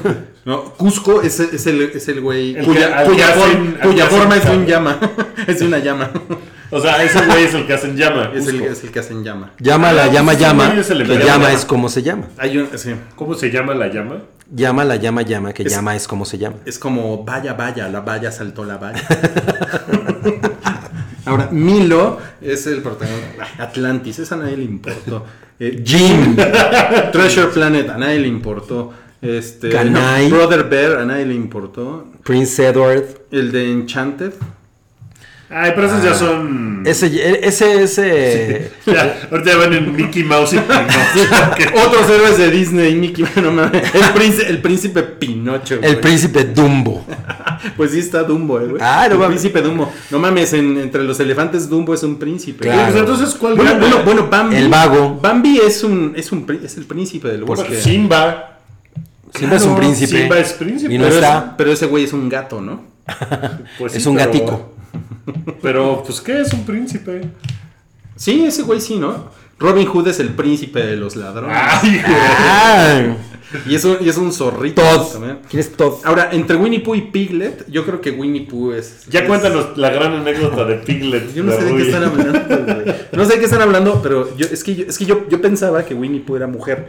Speaker 4: No, Cusco es, es el, es el güey
Speaker 2: El que-
Speaker 4: cuya,
Speaker 2: al que
Speaker 4: cuya
Speaker 2: hacen-
Speaker 4: for-
Speaker 2: al
Speaker 4: cuya
Speaker 2: que
Speaker 4: forma es
Speaker 2: hacen
Speaker 4: un llama. es una llama.
Speaker 2: O sea, ese güey es el que hacen llama.
Speaker 4: es, el,
Speaker 2: Cusco.
Speaker 4: es el que hacen llama.
Speaker 3: Llama la
Speaker 2: Ah,
Speaker 3: llama
Speaker 2: pues,
Speaker 3: llama.
Speaker 2: sí, es el
Speaker 3: Que
Speaker 2: emperador.
Speaker 3: llama es como se llama.
Speaker 4: Hay un, sí,
Speaker 2: ¿Cómo se llama la llama?
Speaker 3: Llama la llama llama. Que
Speaker 4: Es-
Speaker 3: llama es como se llama.
Speaker 4: es como vaya, vaya, la valla saltó la valla. Ahora, Milo es el protagonista. Atlantis, esa a nadie le importó. Eh,
Speaker 3: Jim.
Speaker 4: Treasure Planet, a nadie le importó. Este,
Speaker 3: Kanai.
Speaker 4: Brother Bear, a nadie le importó.
Speaker 3: Prince Edward.
Speaker 4: El de Enchanted.
Speaker 2: Ay, pero
Speaker 3: Ah.
Speaker 2: esos ya son.
Speaker 3: Ese, ese, eh, ese.
Speaker 2: Ya, ahorita ya van en Mickey Mouse y Pinocchio.
Speaker 4: Otros héroes de Disney, Mickey, no mames. El príncipe, el príncipe Pinocho. güey.
Speaker 3: El príncipe Dumbo.
Speaker 4: Pues sí está Dumbo, eh, güey.
Speaker 3: Ah, no
Speaker 4: el
Speaker 3: mames.
Speaker 4: príncipe Dumbo. No mames, en- entre los elefantes Dumbo es un príncipe.
Speaker 3: Claro.
Speaker 2: Pues entonces, ¿cuál
Speaker 4: Bueno,
Speaker 2: gana?
Speaker 4: bueno, bueno, Bambi.
Speaker 3: El vago.
Speaker 4: Bambi es un es un prí- es el príncipe del
Speaker 2: Pues,
Speaker 4: bosque.
Speaker 2: Simba.
Speaker 3: Simba es un
Speaker 2: Claro,
Speaker 3: príncipe.
Speaker 2: Simba es príncipe.
Speaker 3: Y no
Speaker 4: pero, es-
Speaker 3: está.
Speaker 4: pero ese güey es un gato, ¿no?
Speaker 2: Pues
Speaker 3: Es
Speaker 2: sí,
Speaker 3: un
Speaker 2: pero-
Speaker 3: gatico.
Speaker 2: Pero, pues, ¿qué es un príncipe?
Speaker 4: Sí, ese güey sí, ¿no? Robin Hood es el príncipe de los ladrones.
Speaker 2: Ay, güey.
Speaker 3: Ah,
Speaker 4: Y, es un, y es un zorrito.
Speaker 3: Todd.
Speaker 4: también.
Speaker 3: ¿Quién es Todd?
Speaker 4: Ahora, entre Winnie Pooh y Piglet, yo creo que Winnie Pooh es.
Speaker 2: Ya
Speaker 4: es-
Speaker 2: cuéntanos la gran anécdota de Piglet.
Speaker 4: Yo no sé de qué
Speaker 2: Rui.
Speaker 4: están hablando, güey. No sé de qué están hablando, pero yo, es que, yo, es que yo, yo pensaba que Winnie Pooh era mujer.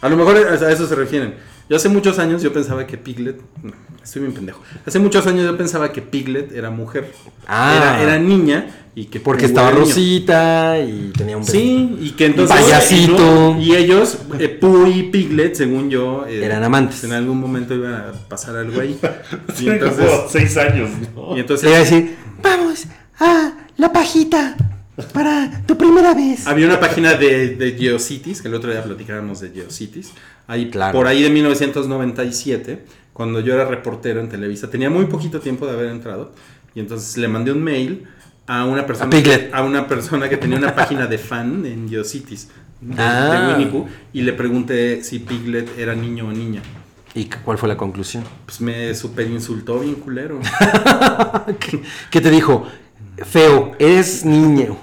Speaker 4: A lo mejor eh, a eso se refieren. Yo hace muchos años yo pensaba que Piglet. no, Estoy bien pendejo. Hace muchos años yo pensaba que Piglet era mujer.
Speaker 3: Ah.
Speaker 4: Era, era niña y que.
Speaker 3: Porque
Speaker 4: Pooh
Speaker 3: estaba
Speaker 4: era niño.
Speaker 3: Rosita y tenía un bebé.
Speaker 4: Sí, y que entonces.
Speaker 3: Un payasito.
Speaker 4: Y, ellos, eh, Pooh y Piglet, según yo. eh,
Speaker 3: Eran amantes.
Speaker 4: En algún momento iban a pasar algo ahí. Y
Speaker 2: Tiene como
Speaker 4: entonces.
Speaker 2: seis años,
Speaker 4: Y
Speaker 3: Se iba
Speaker 2: ¿no?
Speaker 3: a
Speaker 4: entonces
Speaker 3: decir, vamos a la pajita para tu primera vez.
Speaker 4: Había una página de, de Geocities, que el otro día platicábamos de Geocities. Ahí,
Speaker 3: Claro.
Speaker 4: Por ahí de 1997, cuando yo era reportero en Televisa, tenía muy poquito tiempo de haber entrado. Y entonces le mandé un mail a una persona,
Speaker 3: A Piglet.
Speaker 4: a una persona que tenía una página de fan en Geocities, de,
Speaker 3: Ah.
Speaker 4: de Winnie Pooh, y le pregunté si Piglet era niño o niña.
Speaker 3: ¿Y cu- cuál fue la conclusión?
Speaker 4: Pues me super insultó bien culero.
Speaker 3: ¿Qué, qué te dijo? Feo, eres niño.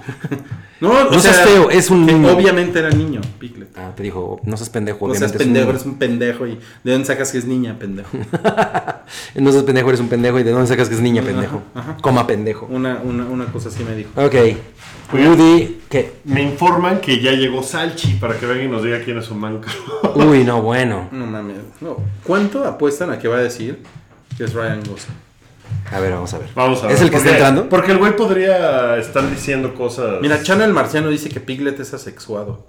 Speaker 4: No,
Speaker 3: No seas feo, es un
Speaker 4: que
Speaker 3: niño.
Speaker 4: Obviamente era niño, Piglet.
Speaker 3: Ah, te dijo, no seas pendejo.
Speaker 4: No seas
Speaker 3: obviamente es un
Speaker 4: pendejo,
Speaker 3: niño".
Speaker 4: eres un pendejo. ¿Y de dónde sacas que es niña, pendejo?
Speaker 3: No seas pendejo, eres un pendejo. ¿Y de dónde sacas que es niña, pendejo?
Speaker 4: Ajá, ajá.
Speaker 3: Coma pendejo.
Speaker 4: Una, una, una cosa así me dijo.
Speaker 3: Ok.
Speaker 2: Oigan.
Speaker 3: Woody, ¿qué?
Speaker 2: Me informan que ya llegó Salchi para que venga y nos diga quién es su manco.
Speaker 3: Uy, no, bueno.
Speaker 4: No mames. No. ¿Cuánto apuestan a que va a decir que es Ryan Gosling?
Speaker 3: A ver, vamos a ver.
Speaker 2: Vamos a ver.
Speaker 3: ¿Es el que está
Speaker 2: porque-
Speaker 3: entrando?
Speaker 2: Porque el güey podría estar diciendo cosas.
Speaker 4: Mira, Chana el Marciano dice que Piglet es asexuado.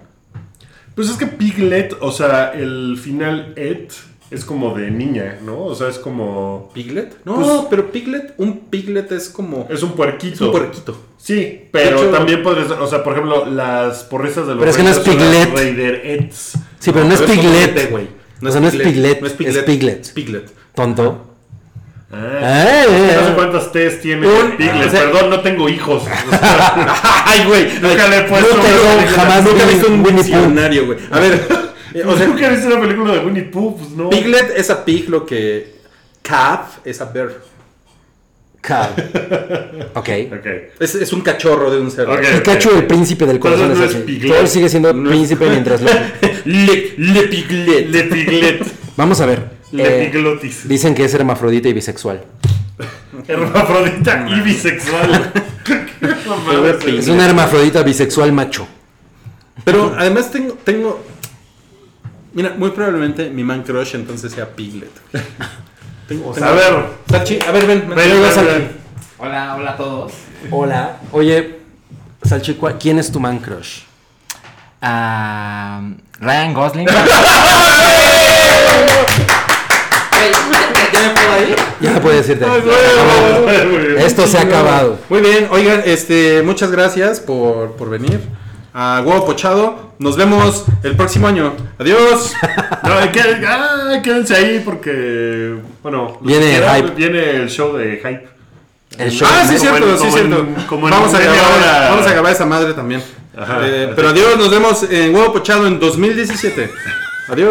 Speaker 2: Pues es que Piglet, o sea, el final et es como de niña, ¿no? O sea, es como.
Speaker 4: ¿Piglet? No,
Speaker 2: Pues-
Speaker 4: pero Piglet, un Piglet es como.
Speaker 2: Es un puerquito.
Speaker 4: Es un puerquito.
Speaker 2: Sí, pero
Speaker 4: De hecho-
Speaker 2: también podría ser. O sea, por ejemplo, las porristas de los.
Speaker 3: Pero es que no es
Speaker 2: Raiders son las
Speaker 3: Piglet.
Speaker 2: Raiderettes.
Speaker 3: Sí, pero no es
Speaker 4: como
Speaker 3: Piglet.
Speaker 4: este, güey.
Speaker 3: O sea, no es Piglet, es Piglet.
Speaker 4: Piglet.
Speaker 3: Tonto. Eh,
Speaker 2: Ah, no sé cuántas T's tiene
Speaker 3: Un-
Speaker 2: Piglet.
Speaker 3: o sea-
Speaker 2: Perdón, no tengo hijos. Ay, güey. Nunca le he puesto
Speaker 3: no tengo
Speaker 2: una película-
Speaker 3: jamás
Speaker 4: Nunca he visto un
Speaker 3: Winnie Pooh.
Speaker 4: diccionario, güey. A ver, eh, o sea,
Speaker 2: Nunca he visto una película de Winnie Pooh, pues no.
Speaker 4: Piglet es a pig lo que. Calf es a bear.
Speaker 3: Cab. Ok.
Speaker 2: Ok.
Speaker 4: Es, es un cachorro de un cerdo.
Speaker 2: Ok.
Speaker 3: El cacho del príncipe del corazón
Speaker 2: Entonces no
Speaker 3: es
Speaker 2: es
Speaker 3: así.
Speaker 2: Piglet.
Speaker 3: Thor sigue siendo
Speaker 4: No es-
Speaker 3: príncipe mientras lo...
Speaker 4: Le, le Piglet.
Speaker 2: Le Piglet.
Speaker 3: Vamos a ver.
Speaker 2: Le
Speaker 3: Eh,
Speaker 2: Piglotis.
Speaker 3: dicen que es hermafrodita y bisexual.
Speaker 2: Hermafrodita y bisexual. No mames.
Speaker 4: Piglet.
Speaker 3: Es una hermafrodita bisexual macho.
Speaker 4: Pero además tengo, tengo. Mira, muy probablemente mi man crush entonces sea Piglet. Tengo,
Speaker 2: A ver.
Speaker 4: Sachi, a ver, ven. ven.
Speaker 2: Ven, ven,
Speaker 3: Sachi.
Speaker 2: ven.
Speaker 5: Hola, hola a todos.
Speaker 3: Hola. Oye, Salchicua, ¿quién es tu man crush?
Speaker 5: Ah, Ryan Gosling.
Speaker 3: Ya puedes irte.
Speaker 2: Muy bien.
Speaker 3: Esto se ha acabado.
Speaker 4: Muy bien, oigan, este, muchas gracias por, por venir. A huevo pochado. Nos vemos el próximo año. Adiós.
Speaker 2: No, que- ah, quédense ahí porque, bueno, los
Speaker 3: Viene
Speaker 2: que
Speaker 3: el
Speaker 2: quieran,
Speaker 3: hype.
Speaker 2: Viene el show de hype.
Speaker 3: El show.
Speaker 4: ah, sí,
Speaker 2: como
Speaker 4: cierto,
Speaker 2: en-
Speaker 4: sí,
Speaker 2: como
Speaker 4: cierto.
Speaker 2: en- como en
Speaker 4: vamos, a
Speaker 2: media
Speaker 4: acabar,
Speaker 2: hora.
Speaker 4: vamos a acabar esa madre también.
Speaker 2: Ajá.
Speaker 4: Eh, pero adiós, nos vemos en huevo pochado en 2017.